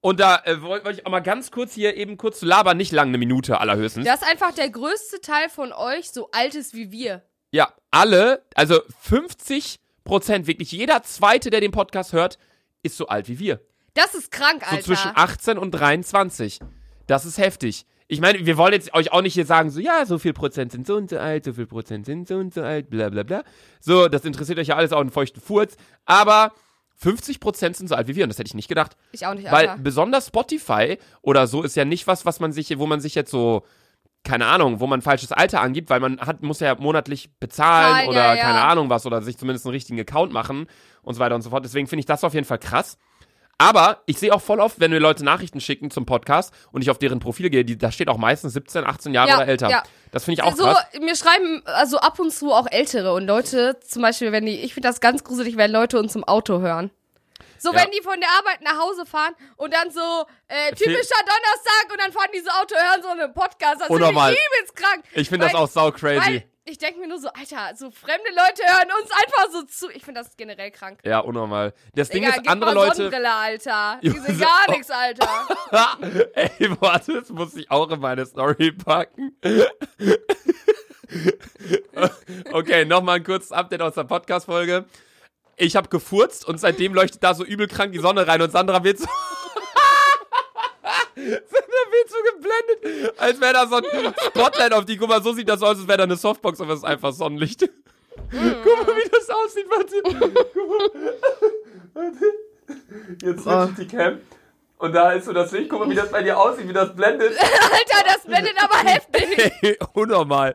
S1: Und da äh, wollte wollt ich auch mal ganz kurz hier eben kurz zu labern, nicht lang, eine Minute allerhöchstens.
S2: Das ist einfach der größte Teil von euch, so alt ist wie wir.
S1: Ja, alle, also 50 Prozent, wirklich jeder Zweite, der den Podcast hört, ist so alt wie wir.
S2: Das ist krank,
S1: So
S2: Alter.
S1: zwischen 18 und 23. Das ist heftig. Ich meine, wir wollen jetzt euch auch nicht hier sagen, so, ja, so viel Prozent sind so und so alt, so viel Prozent sind so und so alt, bla bla bla. So, das interessiert euch ja alles auch einen feuchten Furz. Aber 50 Prozent sind so alt wie wir und das hätte ich nicht gedacht.
S2: ich auch nicht,
S1: Weil
S2: Alter.
S1: besonders Spotify oder so ist ja nicht was, was man sich, wo man sich jetzt so, keine Ahnung, wo man falsches Alter angibt, weil man hat, muss ja monatlich bezahlen
S2: Zahlen,
S1: oder
S2: ja, ja.
S1: keine Ahnung was oder sich zumindest einen richtigen Account machen und so weiter und so fort. Deswegen finde ich das auf jeden Fall krass. Aber ich sehe auch voll oft, wenn mir Leute Nachrichten schicken zum Podcast und ich auf deren Profil gehe, die, da steht auch meistens 17, 18 Jahre
S2: Ja,
S1: oder älter.
S2: ja.
S1: Das finde ich auch
S2: so,
S1: krass.
S2: Also, mir schreiben also ab und zu auch Ältere und Leute, zum Beispiel, wenn die, ich finde das ganz gruselig, wenn Leute uns im Auto hören. So,
S1: Ja.
S2: wenn die von der Arbeit nach Hause fahren und dann so, äh,
S1: Erzähl-
S2: typischer Donnerstag und dann fahren die so Auto, hören so einen Podcast. Das finde ich
S1: Unnormal.
S2: übelst krank.
S1: Ich finde das
S2: Weil-
S1: auch sau crazy.
S2: Weil ich denke mir nur so, Alter, so fremde Leute hören uns einfach so zu. Ich finde das generell krank.
S1: Ja, unnormal. Das
S2: Digga,
S1: Ding
S2: gib
S1: ist, andere
S2: mal
S1: Leute.
S2: Sonnenbrille, Alter. Die
S1: Junge,
S2: sind
S1: so-
S2: gar
S1: oh.
S2: nichts, Alter.
S1: Ha! Ey, warte, das muss ich auch in meine Story packen. Okay, nochmal ein kurzes Update aus der Podcast-Folge. Ich habe gefurzt und seitdem leuchtet da so übel krank die Sonne rein und Sandra wird so. Sandra wird so geblendet, als wäre da so ein Spotlight auf die. Guck mal, so sieht das aus, als wäre da eine Softbox, aber es ist einfach Sonnenlicht. Guck mal, wie das aussieht, warte. Guck mal. Warte. Jetzt switcht die Cam. Und da ist so das Licht. Guck mal, wie das bei dir aussieht, wie das blendet.
S2: Alter, das blendet aber heftig.
S1: Ey, unnormal.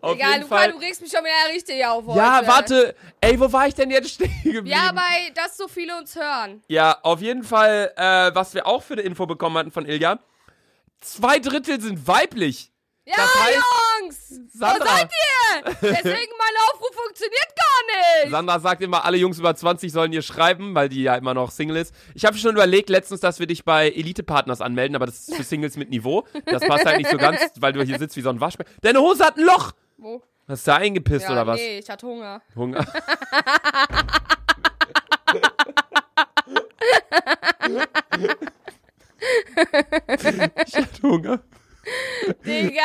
S1: Auf
S2: Egal,
S1: jeden
S2: Luca,
S1: Fall.
S2: du regst mich schon wieder richtig auf heute.
S1: Ja, warte. Ey, wo war ich denn jetzt stehen geblieben?
S2: Ja, aber ey, dass so viele uns hören.
S1: Ja, auf jeden Fall, äh, was wir auch für eine Info bekommen hatten von Ilja. Zwei Drittel sind weiblich.
S2: Ja,
S1: Das heißt,
S2: Jungs! Wo
S1: Sandra.
S2: seid ihr? Deswegen, mein Aufruf funktioniert gar nicht.
S1: Sandra sagt immer, alle Jungs über 20 sollen ihr schreiben, weil die ja immer noch Single ist. Ich habe schon überlegt letztens, dass wir dich bei Elite Partners anmelden, aber das ist für Singles mit Niveau. Das passt halt nicht so ganz, weil du hier sitzt wie so ein Waschbecken. Deine Hose hat ein Loch.
S2: Wo?
S1: Hast du da eingepisst
S2: Ja,
S1: oder was?
S2: nee, ich hatte Hunger.
S1: Hunger. ich hatte Hunger.
S2: Digga,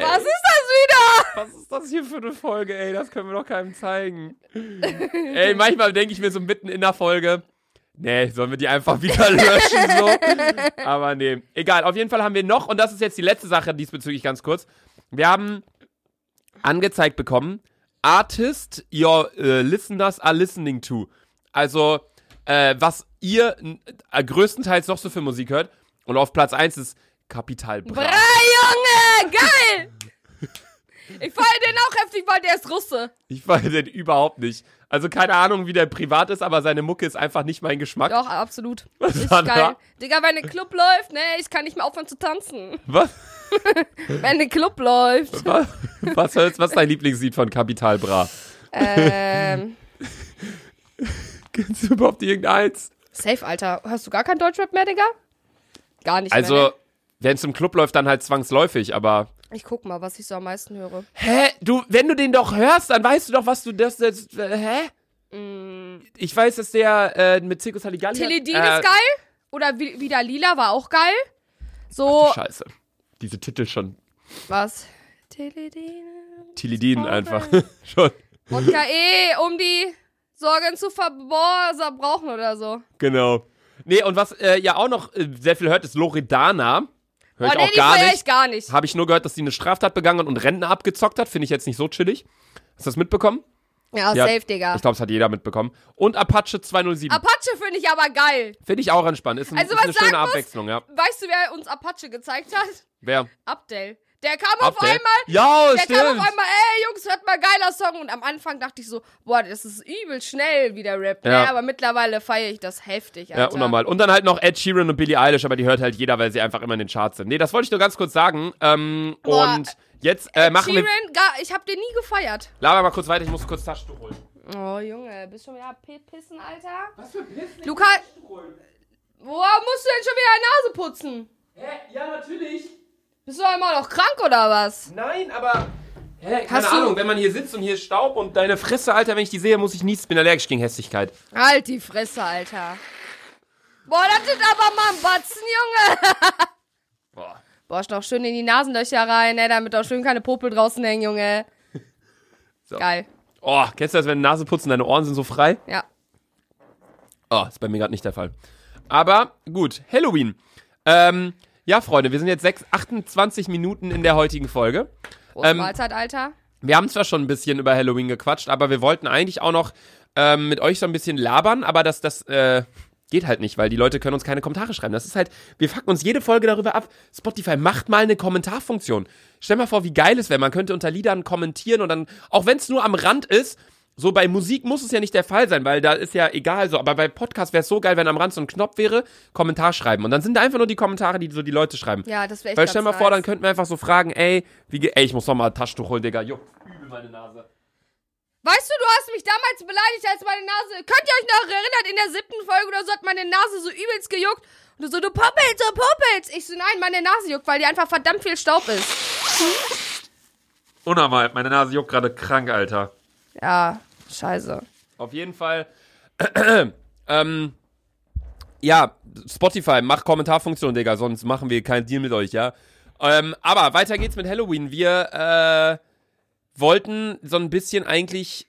S2: was ist das wieder?
S1: Was ist das hier für eine Folge, ey? Das können wir doch keinem zeigen. ey, manchmal denke ich mir so mitten in der Folge, nee, sollen wir die einfach wieder löschen so? Aber nee, egal. Auf jeden Fall haben wir noch, und das ist jetzt die letzte Sache diesbezüglich ganz kurz. Wir haben angezeigt bekommen, Artist your äh, listeners are listening to. Also, äh, was ihr n- äh, größtenteils noch so für Musik hört. Und auf Platz 1 ist Kapital Bra.
S2: Bra, Junge! Geil! Ich feier den auch heftig, weil der ist Russe.
S1: Ich weiß den überhaupt nicht. Also keine Ahnung, wie der privat ist, aber seine Mucke ist einfach nicht mein Geschmack.
S2: Doch, absolut.
S1: Was
S2: Ist
S1: war
S2: geil.
S1: da?
S2: Digga, wenn der Club läuft, ne, ich kann nicht mehr aufhören zu tanzen.
S1: Was?
S2: Wenn der Club läuft.
S1: Was, was, hörst- was ist dein Lieblingslied von Kapital Bra?
S2: Ähm,
S1: Kennst du überhaupt irgendeins?
S2: safe, Alter. Hörst du gar kein Deutschrap mehr, Digga? Gar nicht mehr.
S1: Also,
S2: ne?
S1: wenn es im Club läuft, dann halt zwangsläufig, aber.
S2: Ich guck mal, was ich so am meisten höre.
S1: Hä? Du, wenn du den doch hörst, dann weißt du doch, was du das jetzt. äh, Hä? Ich weiß, dass der äh, mit Circus Halligalli.
S2: Teledin
S1: äh,
S2: Mm. ist geil. Oder wie- wieder Lila war auch geil. So,
S1: Scheiße. Diese Titel schon.
S2: was? Teledin.
S1: Teledin
S2: Vorbei.
S1: einfach. schon.
S2: Und KE, um die Sorgen zu verbrauchen oder so.
S1: Genau. Nee, und was äh, ja auch noch äh, sehr viel hört, ist Loredana. Hör ich
S2: oh, nee,
S1: auch
S2: die
S1: gar
S2: feier
S1: nicht.
S2: ich gar nicht.
S1: Habe ich nur gehört, dass sie eine Straftat begangen und Rentner abgezockt hat. Finde ich jetzt nicht so chillig. Hast du das mitbekommen?
S2: Ja,
S1: Ja,
S2: safe, Digga.
S1: Ich glaube, das hat jeder mitbekommen. Und Apache 207.
S2: Apache finde ich aber geil.
S1: Finde ich auch entspannt. Ist, ein,
S2: Also,
S1: ist
S2: was
S1: eine
S2: sagen
S1: schöne
S2: muss-
S1: Abwechslung, ja.
S2: Weißt du, wer uns Apache gezeigt hat?
S1: Wer?
S2: Abdel. Der kam auf
S1: Abdel?
S2: einmal,
S1: Ja,
S2: der
S1: stimmt.
S2: kam auf einmal, ey Jungs, hört mal geiler Song. Und am Anfang dachte ich so, boah, das ist übel schnell, wie der Rap.
S1: Ja.
S2: Ja. aber mittlerweile feiere ich das heftig, Alter.
S1: Ja, unnormal. Und dann halt noch Ed Sheeran und Billie Eilish, aber die hört halt jeder, weil sie einfach immer in den Charts sind. Nee, das wollte ich nur ganz kurz sagen. Ähm,
S2: Boah,
S1: und jetzt äh, machen wir.
S2: Sheeran, gar, ich habe den nie gefeiert.
S1: Laber mal kurz weiter, ich muss kurz Taschentuch holen.
S2: Oh, Junge, bist schon wieder am Pi- pissen, Alter? Was für Pissen? Luca, woher musst du denn schon wieder die Nase putzen?
S1: Hä? Ja, natürlich.
S2: Bist du immer noch krank oder was?
S1: Nein, aber. Hä? Keine
S2: Hast du-
S1: Ahnung, wenn man hier sitzt und hier ist Staub und deine Fresse, Alter, wenn ich die sehe, muss ich niesen. Bin allergisch gegen Hässlichkeit.
S2: Halt die Fresse, Alter. Boah, das ist aber mal ein Batzen, Junge.
S1: Boah.
S2: Boah, noch schön in die Nasenlöcher rein, ne, damit auch schön keine Popel draußen hängen, Junge.
S1: So.
S2: Geil.
S1: Oh, kennst du das, wenn du Nase putzen, deine Ohren sind so frei?
S2: Ja.
S1: Oh, ist bei mir gerade nicht der Fall. Aber gut, Halloween. Ähm, ja, Freunde, wir sind jetzt sechs- 28 Minuten in der heutigen Folge.
S2: Große
S1: Ähm,
S2: Mahlzeit, Alter.
S1: Wir haben zwar schon ein bisschen über Halloween gequatscht, aber wir wollten eigentlich auch noch ähm, mit euch so ein bisschen labern, aber das, das äh, geht halt nicht, weil die Leute können uns keine Kommentare schreiben. Das ist halt, wir fucken uns jede Folge darüber ab. Spotify macht mal eine Kommentarfunktion. Stell mal vor, wie geil es wäre. Man könnte unter Liedern kommentieren und dann, auch wenn es nur am Rand ist, so bei Musik muss es ja nicht der Fall sein, weil da ist ja egal so. Aber bei Podcast wäre es so geil, wenn am Rand so ein Knopf wäre, Kommentar schreiben. Und dann sind da einfach nur die Kommentare, die so die Leute schreiben.
S2: Ja, das wäre echt
S1: Weil stell
S2: ganz
S1: mal vor, dann
S2: nice.
S1: könnten wir einfach so fragen, ey, wie ge ey, ich muss noch mal ein Taschentuch holen, Digga. Juckt übel meine Nase.
S2: Weißt du, du hast mich damals beleidigt, als meine Nase. Könnt ihr euch noch erinnern, in der siebten Folge oder so hat meine Nase so übelst gejuckt. Und du so, du poppelst, du poppelst. Ich so, nein, meine Nase juckt, weil die einfach verdammt viel Staub ist.
S1: Unnormal, meine Nase juckt gerade krank, Alter.
S2: Ja, scheiße.
S1: Auf jeden Fall. ähm, ja, Spotify, mach Kommentarfunktion, Digga, sonst machen wir keinen Deal mit euch, ja. Ähm, aber weiter geht's mit Halloween. Wir äh, wollten so ein bisschen eigentlich.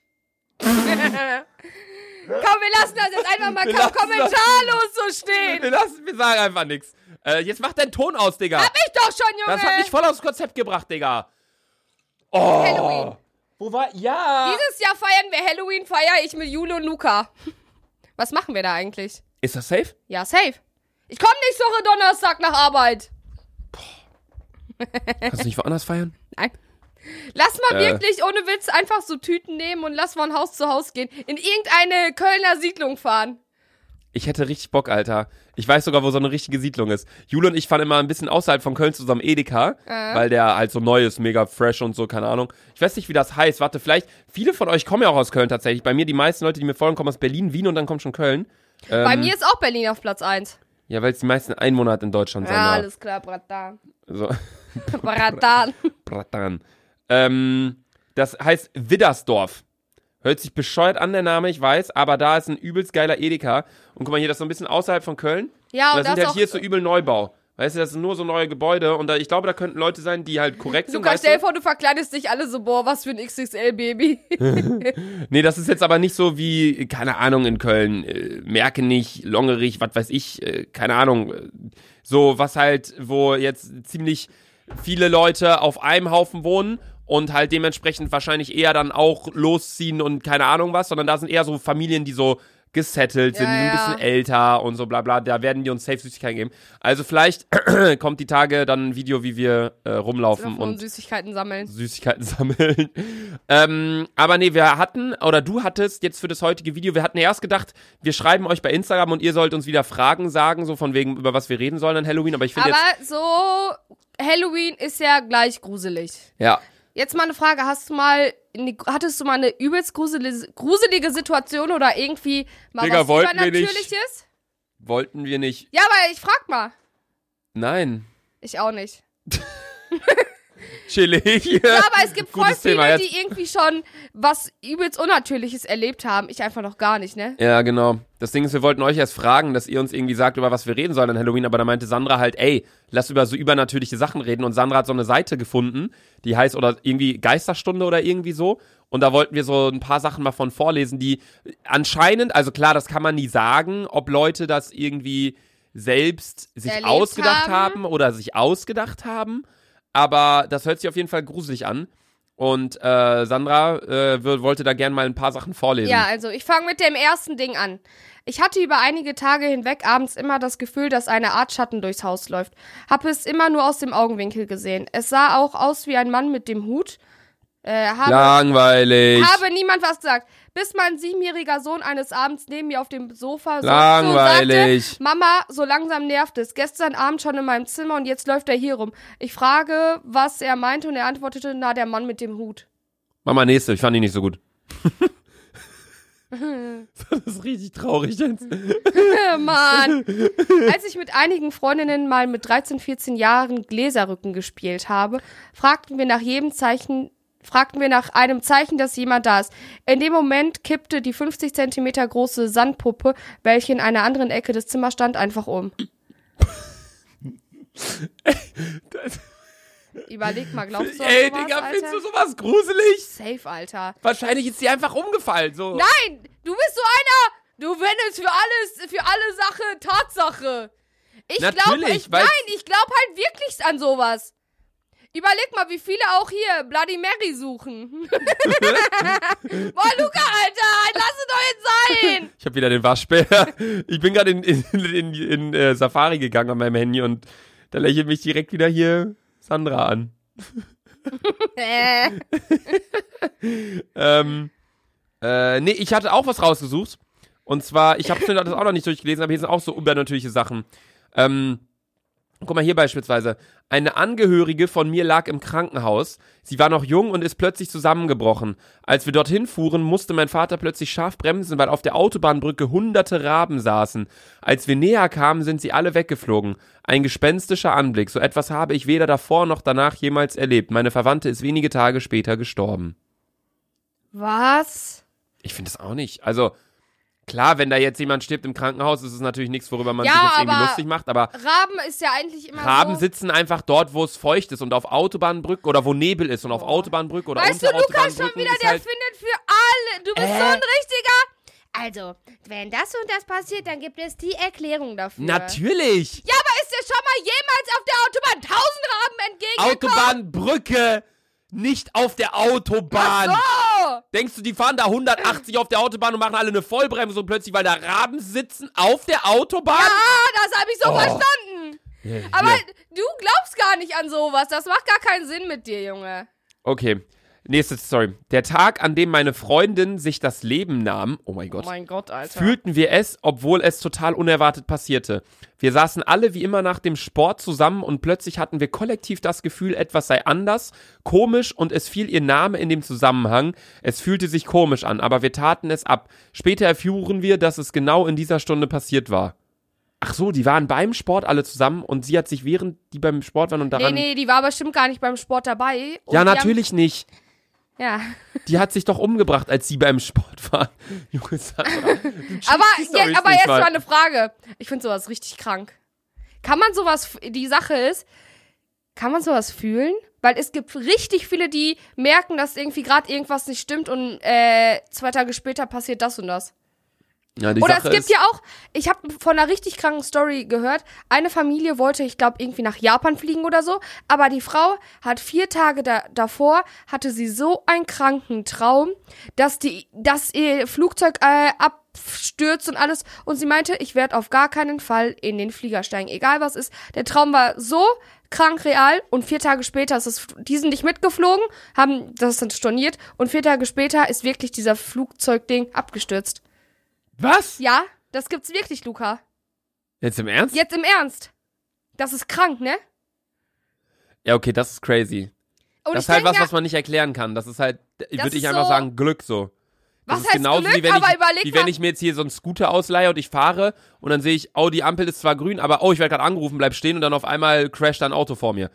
S2: Komm, wir lassen das jetzt einfach mal
S1: Wir lassen
S2: kom kommentarlos so stehen.
S1: Wir, lassen, wir sagen einfach nichts. Äh, jetzt mach deinen Ton aus, Digga.
S2: Hab ich doch schon, Junge.
S1: Das hat mich voll aufs Konzept gebracht, Digga. Oh.
S2: Halloween.
S1: Wo war. Ja.
S2: Dieses Jahr feiern wir Halloween, feiere ich mit Jule und Luca. Was machen wir da eigentlich?
S1: Ist das safe?
S2: Ja, safe. Ich komme nächste Woche Donnerstag nach Arbeit.
S1: Kannst du nicht woanders feiern?
S2: Nein. Lass mal
S1: Äh.
S2: wirklich ohne Witz einfach so Tüten nehmen und lass von Haus zu Haus gehen. In irgendeine Kölner Siedlung fahren.
S1: Ich hätte richtig Bock, Alter. Ich weiß sogar, wo so eine richtige Siedlung ist. Jule und ich fahren immer ein bisschen außerhalb von Köln zusammen Edeka,
S2: Äh.
S1: weil der halt so neu ist, mega fresh und so, keine Ahnung. Ich weiß nicht, wie das heißt. Warte, vielleicht, viele von euch kommen ja auch aus Köln tatsächlich. Bei mir, die meisten Leute, die mir folgen, kommen aus Berlin, Wien und dann kommt schon Köln. Ähm.
S2: Bei mir ist auch Berlin auf Platz 1.
S1: Ja, weil es die meisten Einwohner hat in Deutschland.
S2: Ja,
S1: Sandra.
S2: alles klar, Bratan.
S1: So.
S2: Bratan.
S1: Bratan. Ähm, das heißt Widdersdorf. Hört sich bescheuert an, der Name, ich weiß, aber da ist ein übelst geiler Edeka. Und guck mal hier, das ist so ein bisschen außerhalb von Köln.
S2: Ja,
S1: und
S2: und
S1: da sind
S2: das
S1: halt
S2: auch-
S1: hier so übel Neubau. Weißt du, das sind nur so neue Gebäude und da, ich glaube, da könnten Leute sein, die halt korrekt sind.
S2: Luca,
S1: weißt
S2: stell dir vor, du verkleidest dich alle so, boah, was für ein XXL-Baby.
S1: du? Nee, das ist jetzt aber nicht so wie, keine Ahnung, in Köln, äh, Merkenich, Longerich, was weiß ich, äh, keine Ahnung. äh, So, was halt, wo jetzt ziemlich viele Leute auf einem Haufen wohnen und halt dementsprechend wahrscheinlich eher dann auch losziehen und keine Ahnung was, sondern da sind eher so Familien, die so gesettelt sind,
S2: Ja,
S1: ein
S2: ja.
S1: bisschen älter und so bla bla, da werden die uns safe Süßigkeiten geben. Also vielleicht kommt die Tage dann ein Video, wie wir äh, rumlaufen
S2: Waffen
S1: und
S2: und Süßigkeiten sammeln.
S1: Süßigkeiten sammeln. ähm, aber nee, wir hatten, oder du hattest jetzt für das heutige Video, wir hatten erst gedacht, wir schreiben euch bei Instagram und ihr sollt uns wieder Fragen sagen, so von wegen, über was wir reden sollen an Halloween. Aber ich finde
S2: Aber
S1: jetzt,
S2: so, Halloween ist ja gleich gruselig.
S1: ja,
S2: Jetzt mal eine Frage, hast du mal, eine, hattest du mal eine übelst gruselige, gruselige Situation oder irgendwie mal
S1: Digga,
S2: was
S1: wollten wir nicht.
S2: Übernatürliches?
S1: wollten wir nicht.
S2: Ja, aber ich frag mal.
S1: Nein.
S2: Ich auch nicht.
S1: Chillig.
S2: Ja, aber es gibt voll
S1: Äh, Gutes Thema
S2: viele,
S1: jetzt.
S2: die irgendwie schon was übelst Unnatürliches erlebt haben. Ich einfach noch gar nicht, ne?
S1: Ja, genau. Das Ding ist, wir wollten euch erst fragen, dass ihr uns irgendwie sagt, über was wir reden sollen an Halloween, aber da meinte Sandra halt, ey, lass über so übernatürliche Sachen reden und Sandra hat so eine Seite gefunden, die heißt oder irgendwie Geisterstunde oder irgendwie so und da wollten wir so ein paar Sachen mal von vorlesen, die anscheinend, also klar, das kann man nie sagen, ob Leute das irgendwie selbst sich
S2: Erlebt
S1: ausgedacht haben.
S2: haben.
S1: oder sich ausgedacht haben, aber das hört sich auf jeden Fall gruselig an. Und äh, Sandra äh, wür- wollte da gern mal ein paar Sachen vorlesen.
S2: Ja, also ich fange mit dem ersten Ding an. Ich hatte über einige Tage hinweg abends immer das Gefühl, dass eine Art Schatten durchs Haus läuft. Habe es immer nur aus dem Augenwinkel gesehen. Es sah auch aus wie ein Mann mit dem Hut. Äh, habe
S1: Langweilig.
S2: Habe niemand was gesagt. Bis mein siebenjähriger Sohn eines Abends neben mir auf dem Sofa so,
S1: Langweilig.
S2: so sagte, Mama, so langsam nervt es. Gestern Abend schon in meinem Zimmer und jetzt läuft er hier rum. Ich frage, was er meinte und er antwortete, na, der Mann mit dem Hut.
S1: Mach mal nächste, ich fand die nicht so gut. das ist richtig traurig jetzt.
S2: Äh, Mann. Als ich mit einigen Freundinnen mal mit 13, 14 Jahren Gläserrücken gespielt habe, fragten wir nach jedem Zeichen, fragten wir nach einem Zeichen, dass jemand da ist. In dem Moment kippte die 50 Zentimeter große Sandpuppe, welche in einer anderen Ecke des Zimmers stand, einfach um. Überleg mal, glaubst du an
S1: Ey,
S2: sowas,
S1: Digga, findest du
S2: Alter?
S1: sowas gruselig?
S2: Safe, Alter.
S1: Wahrscheinlich ist sie einfach umgefallen. So.
S2: Nein, du bist so einer. Du wendest für alles, für alle Sache Tatsache. Ich glaube,
S1: Natürlich,
S2: ich,
S1: weil-
S2: nein, ich glaube halt wirklich an sowas. Überleg mal, wie viele auch hier Bloody Mary suchen. Boah, Luca, Alter, lass es doch jetzt sein.
S1: Ich habe wieder den Waschbär. Ich bin gerade in, in, in, in äh, Safari gegangen an meinem Handy und da lächelt mich direkt wieder hier Sandra an.
S2: Äh,
S1: Ähm, äh, nee, ich hatte auch was rausgesucht. Und zwar, ich habe das auch noch nicht durchgelesen, aber hier sind auch so übernatürliche Sachen. Ähm, guck mal hier beispielsweise. Eine Angehörige von mir lag im Krankenhaus. Sie war noch jung und ist plötzlich zusammengebrochen. Als wir dorthin fuhren, musste mein Vater plötzlich scharf bremsen, weil auf der Autobahnbrücke hunderte Raben saßen. Als wir näher kamen, sind sie alle weggeflogen. Ein gespenstischer Anblick. So etwas habe ich weder davor noch danach jemals erlebt. Meine Verwandte ist wenige Tage später gestorben.
S2: was?
S1: Ich finde das auch nicht. Also, klar, wenn da jetzt jemand stirbt im Krankenhaus, ist es natürlich nichts, worüber man
S2: Ja,
S1: sich jetzt irgendwie
S2: aber- Also
S1: lustig macht, aber
S2: Raben ist ja eigentlich immer
S1: Raben
S2: so.
S1: sitzen einfach dort, wo es feucht ist und auf Autobahnbrücken oder wo Nebel ist und auf Autobahnbrücken oder
S2: Weißt du,
S1: unter
S2: Lukas schon
S1: Autobahnbrücken
S2: wieder,
S1: ist
S2: der
S1: halt,
S2: findet für alle. Du bist
S1: Äh.
S2: so ein richtiger. Also, wenn das und das passiert, dann gibt es die Erklärung dafür.
S1: Natürlich!
S2: Ja, aber ist dir schon mal jemals auf der Autobahn tausend Raben entgegengekommen?
S1: Autobahnbrücke, nicht auf der Autobahn!
S2: Oh!
S1: Denkst du, die fahren da 180 auf der Autobahn und machen alle eine Vollbremse und plötzlich, weil da Raben sitzen, auf der Autobahn?
S2: Ah, das habe ich so
S1: Oh.
S2: verstanden.
S1: Ja, hier.
S2: Aber du glaubst gar nicht an sowas. Das macht gar keinen Sinn mit dir, Junge.
S1: Okay. Nächste Story. Der Tag, an dem meine Freundin sich das Leben nahm, oh mein Gott,
S2: mein Gott, Alter.
S1: fühlten wir es, obwohl es total unerwartet passierte. Wir saßen alle wie immer nach dem Sport zusammen und plötzlich hatten wir kollektiv das Gefühl, etwas sei anders, komisch und es fiel ihr Name in dem Zusammenhang. Es fühlte sich komisch an, aber wir taten es ab. Später erfuhren wir, dass es genau in dieser Stunde passiert war. Ach so, die waren beim Sport alle zusammen und sie hat sich während die beim Sport waren und
S2: nee,
S1: daran.
S2: nee, die war bestimmt gar nicht beim Sport dabei. Und
S1: ja,
S2: die
S1: natürlich nicht.
S2: Haben, ja.
S1: Die hat sich doch umgebracht, als sie beim Sport war. Junge, Sandra.
S2: Aber,
S1: die Storys
S2: ja, aber
S1: nicht
S2: jetzt
S1: mal.
S2: mal eine Frage. Ich finde sowas richtig krank. Kann man sowas, die Sache ist, kann man sowas fühlen? Weil es gibt richtig viele, die merken, dass irgendwie gerade irgendwas nicht stimmt und äh, zwei Tage später passiert das und das.
S1: Ja, die
S2: Oder
S1: Sache
S2: es gibt
S1: ist,
S2: ja auch, ich habe von einer richtig kranken Story gehört, eine Familie wollte, ich glaube, irgendwie nach Japan fliegen oder so, aber die Frau hat vier Tage da, davor, hatte sie so einen kranken Traum, dass, die, dass ihr Flugzeug äh, abstürzt und alles und sie meinte, ich werde auf gar keinen Fall in den Flieger steigen, egal was ist. Der Traum war so krank real und vier Tage später ist es, die sind nicht mitgeflogen, haben das dann storniert und vier Tage später ist wirklich dieser Flugzeugding abgestürzt.
S1: Was?
S2: Ja, das gibt's wirklich, Luca.
S1: Jetzt im Ernst?
S2: Jetzt im Ernst. Das ist krank, ne?
S1: Ja, okay, das ist crazy.
S2: Und
S1: das ist
S2: ich
S1: halt
S2: denk
S1: was,
S2: ja,
S1: was man nicht erklären kann. Das ist halt, würde
S2: ist
S1: ich einfach
S2: so-
S1: sagen, Glück so. das
S2: was heißt
S1: ist genauso
S2: Glück,
S1: wie wenn,
S2: aber
S1: ich,
S2: überleg
S1: wie
S2: mal.
S1: wenn ich mir jetzt hier so einen Scooter ausleihe und ich fahre und dann sehe ich, oh, die Ampel ist zwar grün, aber oh, ich werde gerade angerufen, bleib stehen und dann auf einmal crasht da ein Auto vor mir.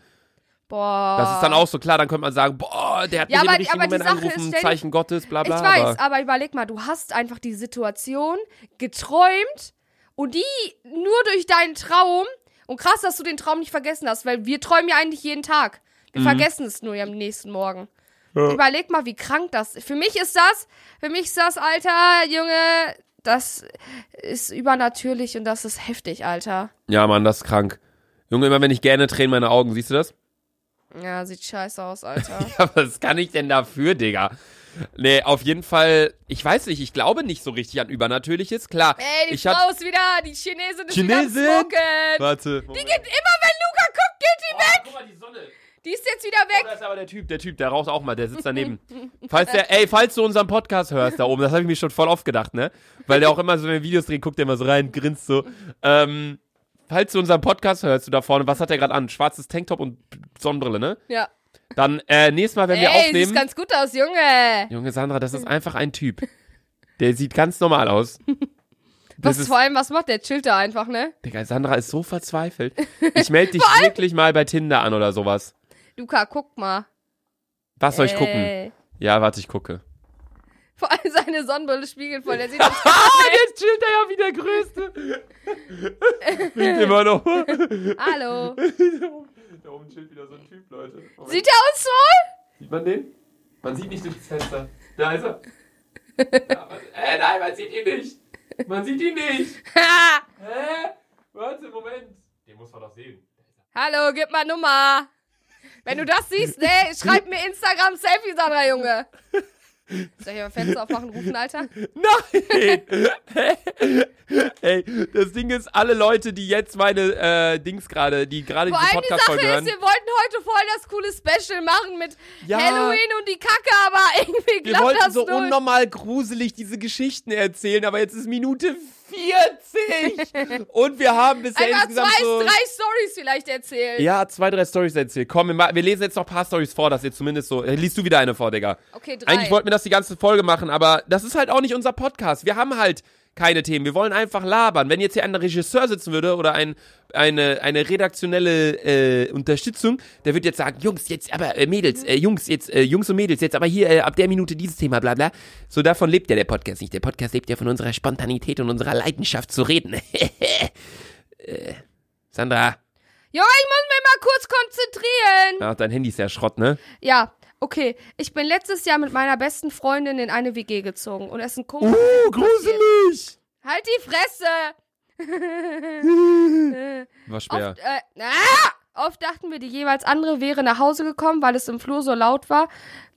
S2: boah.
S1: Das ist dann auch so klar, dann könnte man sagen, boah, der hat
S2: Ja,
S1: mich
S2: aber-
S1: im richtigen
S2: aber die
S1: Moment
S2: Sache ist,
S1: angerufen,
S2: stell-
S1: Zeichen Gottes, bla bla.
S2: ich weiß,
S1: aber-
S2: aber. überleg mal, du hast einfach die Situation geträumt und die nur durch deinen Traum. Und krass, dass du den Traum nicht vergessen hast, weil wir träumen ja eigentlich jeden Tag.
S1: Mhm.
S2: Wir vergessen es nur ja am nächsten Morgen. Überleg mal, wie krank das Für mich ist das, für mich ist das, Alter, Junge, das ist übernatürlich und das ist heftig, Alter.
S1: Ja, Mann, das ist krank. Junge, immer wenn ich gerne tränen meine Augen, siehst du das?
S2: Ja, sieht scheiße aus, Alter.
S1: Ja, was kann ich denn dafür, Digga? Nee, auf jeden Fall, ich weiß nicht, ich glaube nicht so richtig an Übernatürliches, klar.
S2: Ey, die
S1: ich
S2: Frau ist wieder, die Chinesin ist
S1: Chinesin?
S2: wieder am Smoken.
S1: Warte.
S2: Die geht immer, wenn Luca guckt, geht die weg.
S1: guck mal, die Sonne.
S2: Die ist jetzt wieder weg.
S1: Da ist aber der Typ, der Typ, der raucht auch mal, der sitzt daneben. falls der, ey, falls du unseren Podcast hörst da oben, das habe ich mir schon voll oft gedacht, ne? Weil der auch immer so, wenn wir Videos drehen, guckt der immer so rein, grinst so. Ähm, falls du unseren Podcast hörst, du da vorne, was hat der gerade an? Schwarzes Tanktop und Sonnenbrille, ne?
S2: Ja.
S1: Dann, äh, nächstes Mal, wenn wir
S2: Ey, sieht
S1: aufnehmen.
S2: ganz gut aus, Junge.
S1: Junge Sandra, das ist einfach ein Typ. Der sieht ganz normal aus. Das
S2: Was
S1: ist,
S2: vor allem, was macht der? Chillt da einfach, ne?
S1: Digga, Sandra ist so verzweifelt. Ich melde dich wirklich mal bei Tinder an oder sowas.
S2: Luca, guck mal.
S1: Was soll ich gucken?
S2: Ey.
S1: Ja, warte, ich gucke.
S2: Vor allem seine Sonnenbrille spiegelvoll. Der sieht aus.
S1: Jetzt chillt er ja wie der Größte. Winkt immer noch. da
S2: Hallo.
S1: oben chillt wieder so ein Typ, Leute.
S2: Sieht der aus so?
S1: sieht man den? Man sieht nicht durch das Fenster. Da ist er. äh, nein, man sieht ihn nicht. Man sieht ihn nicht.
S2: Ha.
S1: Hä? Warte, Moment. Den muss man doch sehen.
S2: Hallo, gib mal Nummer. Wenn du das siehst, ne, schreib mir Instagram-Selfie, Sandra, Junge. Soll ich mal Fenster aufmachen, rufen, Alter?
S1: Nein! Ey, das Ding ist, alle Leute, die jetzt meine äh, Dings gerade, die gerade
S2: Vor
S1: diese
S2: allem die Sache
S1: Podcast-Folge
S2: ist,
S1: hören.
S2: wir wollten heute voll das coole Special machen mit
S1: Ja.
S2: Halloween und die Kacke, aber irgendwie
S1: Wir
S2: klappt
S1: wollten
S2: das
S1: so
S2: null.
S1: unnormal gruselig diese Geschichten erzählen, aber jetzt ist Minute 40 und wir haben bisher
S2: Einfach
S1: insgesamt
S2: zwei,
S1: so...
S2: drei Stories vielleicht erzählen.
S1: Ja, zwei, drei Stories erzählt. Komm, wir, ma- wir lesen jetzt noch ein paar Stories vor, dass ihr zumindest so... Äh, liest du wieder eine vor, Digga.
S2: Okay, drei.
S1: Eigentlich wollten wir das die ganze Folge machen, aber das ist halt auch nicht unser Podcast. Wir haben halt keine Themen. Wir wollen einfach labern. Wenn jetzt hier ein Regisseur sitzen würde oder ein, eine, eine redaktionelle äh, Unterstützung, der würde jetzt sagen, Jungs, jetzt aber äh, Mädels, äh, Jungs, jetzt äh, Jungs und Mädels, jetzt aber hier äh, ab der Minute dieses Thema, bla bla. So davon lebt ja der Podcast nicht. Der Podcast lebt ja von unserer Spontanität und unserer Leidenschaft zu reden. äh, Sandra,
S2: Ja, ich muss mich mal kurz konzentrieren.
S1: ach, dein Handy ist ja Schrott, ne?
S2: Ja, okay. Ich bin letztes Jahr mit meiner besten Freundin in eine WG gezogen und es ist ein Kumpel.
S1: Uh, gruselig!
S2: Halt die Fresse!
S1: War schwer.
S2: Oft, äh, ah! Oft dachten wir, die jeweils andere wäre nach Hause gekommen, weil es im Flur so laut war,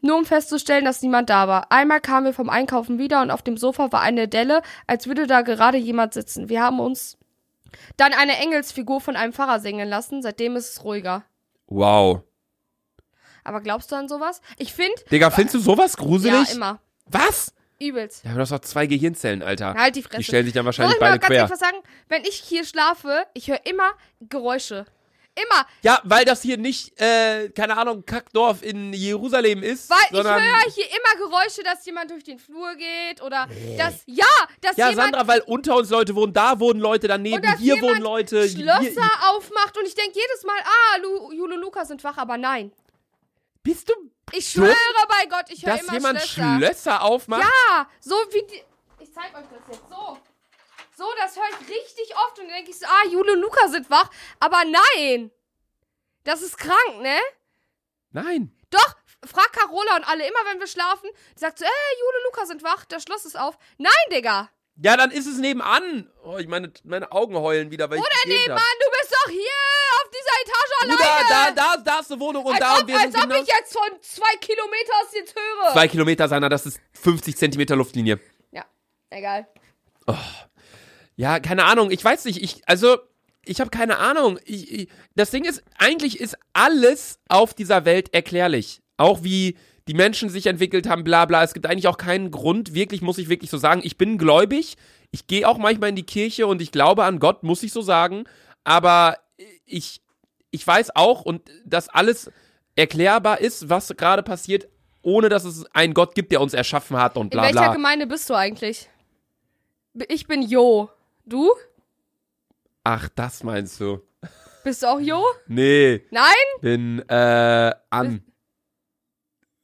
S2: nur um festzustellen, dass niemand da war. Einmal kamen wir vom Einkaufen wieder und auf dem Sofa war eine Delle, als würde da gerade jemand sitzen. Wir haben uns dann eine Engelsfigur von einem Pfarrer singen lassen, seitdem ist es ruhiger.
S1: Wow.
S2: Aber glaubst du an sowas? Ich finde,
S1: Digga, findest du sowas
S2: ja,
S1: gruselig?
S2: immer.
S1: Was?
S2: Übelst.
S1: Ja, aber das sind doch zwei Gehirnzellen, Alter.
S2: Halt die
S1: die
S2: Fresse.
S1: stellen sich dann
S2: Soll
S1: wahrscheinlich
S2: ich mal
S1: beide
S2: ganz ehrlich
S1: quer.
S2: was sagen? Wenn ich hier schlafe, ich höre immer Geräusche. Immer.
S1: Ja, weil das hier nicht, äh, keine Ahnung, Kackdorf in Jerusalem ist,
S2: Weil
S1: sondern...
S2: ich höre hier immer Geräusche, dass jemand durch den Flur geht oder dass ja, dass
S1: ja,
S2: jemand
S1: Sandra, weil unter uns Leute wohnen, da wohnen Leute, daneben,
S2: Und dass
S1: hier
S2: jemand
S1: wohnen Leute.
S2: Schlösser
S1: Hier,
S2: aufmacht und ich denke jedes Mal, ah, Lu, Jule und Luca sind wach, aber nein.
S1: bist du,
S2: Ich
S1: Dumm,
S2: schwöre bei Gott, ich höre
S1: dass
S2: immer
S1: jemand
S2: Schlösser.
S1: Schlösser aufmacht?
S2: ja, so wie die Ich zeig euch das jetzt so. So, das höre ich richtig oft und dann denke ich so, ah, Jule und Luca sind wach, aber nein. Das ist krank, ne?
S1: Nein.
S2: Doch, frag Carola und alle immer, wenn wir schlafen, die sagt so, äh, Jule und Luca sind wach, das Schloss ist auf. Nein, Digga.
S1: Ja, dann ist es nebenan. Oh, ich meine, meine Augen heulen wieder, weil ich
S2: Oder
S1: gegeben
S2: nebenan,
S1: hab.
S2: du bist doch hier auf dieser Etage alleine.
S1: Bruder, da, da, da ist eine Wohnung und da
S2: als
S1: und
S2: ob,
S1: wir sind
S2: als ob
S1: genau
S2: ich jetzt von zwei Kilometern aus jetzt höre.
S1: zwei Kilometer seiner, das ist 50 Zentimeter Luftlinie.
S2: Ja, egal.
S1: Ja, keine Ahnung. Ich weiß nicht. Ich, also, ich habe keine Ahnung. Ich, ich, das Ding ist, eigentlich ist alles auf dieser Welt erklärlich. Auch wie die Menschen sich entwickelt haben, bla bla. Es gibt eigentlich auch keinen Grund, wirklich, muss ich wirklich so sagen. Ich bin gläubig. Ich gehe auch manchmal in die Kirche und ich glaube an Gott, muss ich so sagen. Aber ich, ich weiß auch, und dass alles erklärbar ist, was gerade passiert, ohne dass es einen Gott gibt, der uns erschaffen hat und
S2: In
S1: bla
S2: welcher
S1: bla.
S2: Gemeinde bist du eigentlich? B- Ich bin Jo. Du?
S1: Ach, das meinst du?
S2: Bist du auch Jo?
S1: Nee.
S2: Nein?
S1: bin äh, an.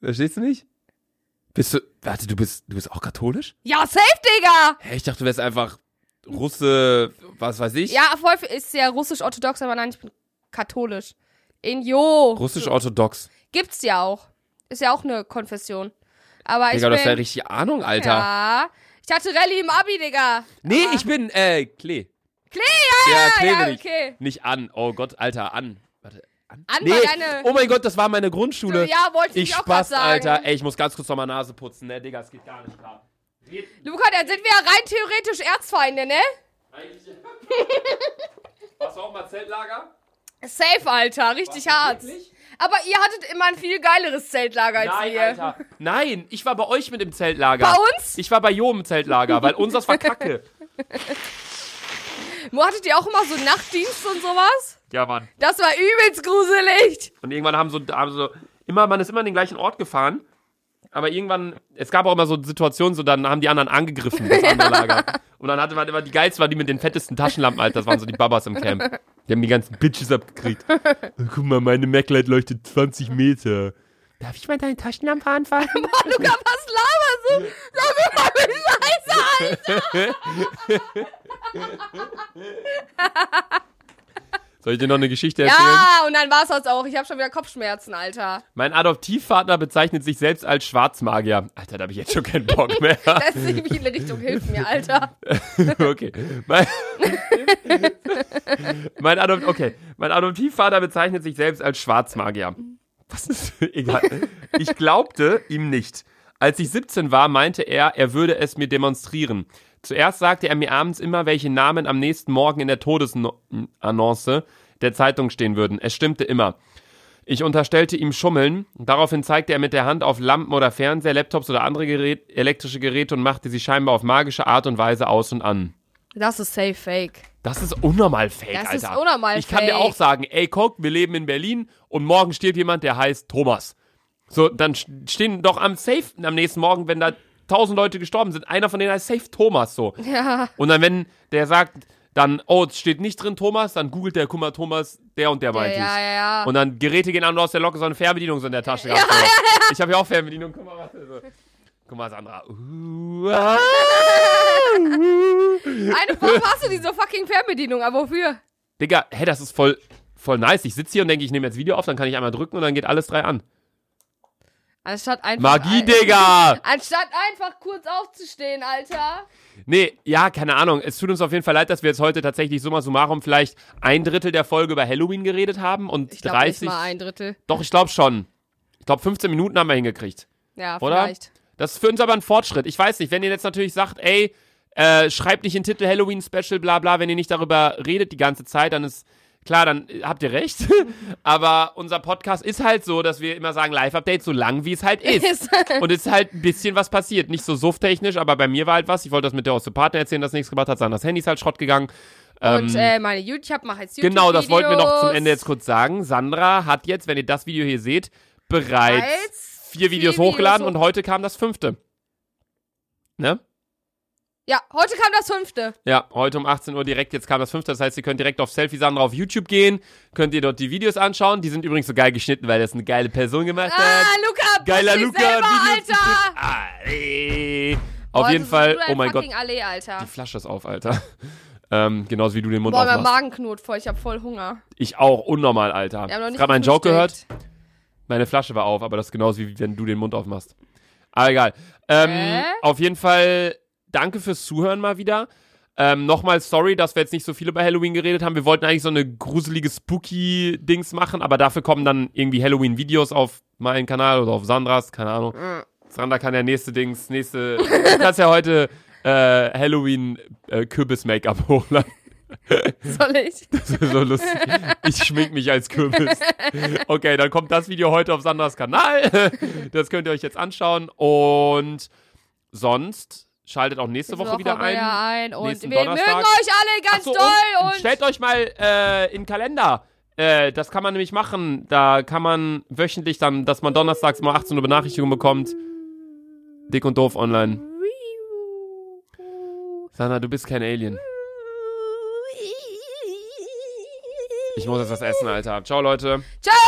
S1: Verstehst du nicht? Bist du. Warte, du bist du bist auch katholisch?
S2: Ja, safe, Digga!
S1: Hä, ich dachte, du wärst einfach Russe, was weiß ich.
S2: Ja, voll ist ja russisch-orthodox, aber nein, ich bin katholisch. In Jo.
S1: Russisch-orthodox.
S2: Gibt's ja auch. Ist ja auch eine Konfession. Aber ich
S1: Digga, du hast ja
S2: bin...
S1: richtig Ahnung, Alter.
S2: Ja. Ich hatte Rallye im Abi, Digga.
S1: Nee,
S2: Aber-
S1: ich bin, äh, Klee.
S2: Klee,
S1: ja, ja, Klee
S2: ja,
S1: bin ich.
S2: okay.
S1: Nicht an. Oh Gott, Alter, an. Warte, an?
S2: An
S1: nee,
S2: war deine-
S1: oh mein Gott, das war meine Grundschule.
S2: Ja, wollte ich,
S1: ich
S2: auch grad
S1: Spaß,
S2: sagen.
S1: Alter. Ey, ich muss ganz kurz nochmal Nase putzen, ne, Digga, es geht gar nicht klar.
S2: Luca, dann sind wir ja rein theoretisch Erzfeinde, ne?
S1: Hast du auch mal Zeltlager?
S2: Safe, Alter. Richtig hart. Aber ihr hattet immer ein viel geileres Zeltlager als
S1: Nein,
S2: wir.
S1: Alter. Nein, ich war bei euch mit dem Zeltlager.
S2: Bei uns?
S1: Ich war bei Jo im Zeltlager, weil unseres war kacke.
S2: Wo hattet ihr auch immer so Nachtdienst und sowas?
S1: Ja, Mann.
S2: Das war übelst gruselig.
S1: Und irgendwann haben so, haben so immer, man ist immer an den gleichen Ort gefahren. Aber irgendwann, es gab auch immer so Situationen, so dann haben die anderen angegriffen, das andere Lager. Und dann hatte man immer die geilsten, waren die mit den fettesten Taschenlampen, Alter. Das waren so die Babas im Camp. Die haben die ganzen Bitches abgekriegt. Guck mal, meine MacLight leuchtet 20 Meter. Darf ich mal deine Taschenlampe anfassen?
S2: Boah, Luca, was laberst du? Sag mir mal, wie scheiße, Alter.
S1: Soll ich dir noch eine Geschichte erzählen?
S2: Ja, und dann war's das auch. Ich habe schon wieder Kopfschmerzen, Alter.
S1: Mein Adoptivvater bezeichnet sich selbst als Schwarzmagier. Alter, da habe ich jetzt schon keinen Bock mehr.
S2: Das ist irgendwie in die Richtung. Hilf mir, Alter.
S1: okay. Mein, mein, Adopt okay. mein Adoptivvater bezeichnet sich selbst als Schwarzmagier. Das ist egal. Ich glaubte ihm nicht. Als ich 17 war, meinte er, er würde es mir demonstrieren. Zuerst sagte er mir abends immer, welche Namen am nächsten Morgen in der Todesannonce der Zeitung stehen würden. Es stimmte immer. Ich unterstellte ihm Schummeln. Daraufhin zeigte er mit der Hand auf Lampen oder Fernseher, Laptops oder andere Gerät, elektrische Geräte und machte sie scheinbar auf magische Art und Weise aus und an.
S2: Das ist safe fake.
S1: Das ist unnormal fake,
S2: Das ist
S1: Alter.
S2: unnormal
S1: ich kann dir
S2: fake.
S1: auch sagen, ey, guck, wir leben in Berlin und morgen stirbt jemand, der heißt Thomas. So, dann st- stehen doch am safe am nächsten Morgen, wenn da tausend Leute gestorben sind, einer von denen heißt safe Thomas, so.
S2: Ja.
S1: Und dann, wenn der sagt, dann, oh, es steht nicht drin Thomas, dann googelt der, guck mal, Thomas, der und der
S2: Ja,
S1: meinte ich.
S2: ja, ja.
S1: Und dann Geräte gehen an und aus der Locke, so eine Fernbedienung so in der Tasche. gehabt. Ich habe ja auch Fernbedienung. Guck mal, was so. Guck mal, Sandra. Uh, ah.
S2: Eine, warum hast du diese fucking Fernbedienung? Aber wofür?
S1: Digga, hä, das ist voll, voll nice. Ich sitze hier und denke, ich nehme jetzt Video auf, dann kann ich einmal drücken und dann geht alles drei an.
S2: Anstatt einfach.
S1: Magie, Digga!
S2: Anstatt einfach kurz aufzustehen, Alter.
S1: Nee, ja, keine Ahnung. Es tut uns auf jeden Fall leid, dass wir jetzt heute tatsächlich summa summarum vielleicht ein Drittel der Folge über Halloween geredet haben und
S2: Ich glaube nicht
S1: 30.
S2: mal ein Drittel.
S1: Doch, ich glaube schon. Ich glaube, 15 Minuten haben wir hingekriegt.
S2: Ja,
S1: Oder?
S2: vielleicht.
S1: Das ist für uns aber ein Fortschritt. Ich weiß nicht, wenn ihr jetzt natürlich sagt, ey, äh, schreibt nicht den Titel Halloween Special, bla bla, wenn ihr nicht darüber redet die ganze Zeit, dann ist klar, dann äh, habt ihr recht. aber unser Podcast ist halt so, dass wir immer sagen, Live-Update so lang, wie es halt ist. Und es ist halt ein bisschen was passiert. Nicht so sufftechnisch, aber bei mir war halt was. Ich wollte das mit der Osteopathen erzählen, dass nichts gemacht hat, sondern das Handy ist halt Schrott gegangen. Ähm,
S2: Und äh, meine YouTube, ich hab- mach jetzt YouTube.
S1: Genau, das wollten wir noch zum Ende jetzt kurz sagen. Sandra hat jetzt, wenn ihr das Video hier seht, bereits
S2: Als
S1: vier Videos hochgeladen und heute kam das fünfte. Ne?
S2: Ja, heute kam das fünfte.
S1: Ja, heute um 18 Uhr direkt, jetzt kam das fünfte. Das heißt, ihr könnt direkt auf Selfie Sandra auf YouTube gehen, könnt ihr dort die Videos anschauen. Die sind übrigens so geil geschnitten, weil das eine geile Person gemacht
S2: Ah,
S1: hat.
S2: Luca,
S1: Geiler
S2: push dich
S1: Luca,
S2: selber,
S1: Videos-
S2: Alter.
S1: Ah, ey.
S2: Boah,
S1: Auf
S2: das
S1: jeden
S2: ist
S1: Fall,
S2: nur ein
S1: oh mein Gott,
S2: fucking Allee, Alter.
S1: die Flasche ist auf, Alter. Ähm, genauso wie du den Mund
S2: Boah, mein
S1: aufmachst.
S2: Magen knurrt voll, ich hab voll Hunger.
S1: Ich auch, unnormal, Alter.
S2: Wir haben noch nicht
S1: Gerade meinen Joke gehört.
S2: gefrühstückt.
S1: Meine Flasche war auf, aber das ist genauso wie wenn du den Mund aufmachst. Aber egal. Ähm,
S2: Hä?
S1: Auf jeden Fall,
S3: danke fürs Zuhören mal wieder. Ähm, Nochmal sorry, dass wir jetzt nicht so viele bei Halloween geredet haben. Wir wollten eigentlich so eine gruselige Spooky-Dings machen, aber dafür kommen dann irgendwie Halloween-Videos auf meinen Kanal oder auf Sandras, keine Ahnung. Sandra kann ja nächste Dings, nächste. Du kannst ja heute äh, Halloween-Kürbis-Make-up holen.
S2: Soll ich?
S3: Das ist so lustig. Ich schmink mich als Kürbis. Okay, dann kommt das Video heute auf Sandras Kanal. Das könnt ihr euch jetzt anschauen. Und sonst schaltet auch nächste Woche wieder
S2: kommen wir
S3: ein.
S2: ja ein. Und
S3: Nächsten
S2: wir
S3: Donnerstag.
S2: mögen euch alle
S3: Ach
S2: ganz
S3: so,
S2: doll. Und,
S3: stellt euch mal äh, in den Kalender. Äh, das kann man nämlich machen. Da kann man wöchentlich dann, dass man donnerstags mal 18 Uhr Benachrichtigungen bekommt. Dick und doof online. Sandra, du bist kein Alien. Ich muss jetzt was essen, Alter. Ciao, Leute.
S2: Ciao.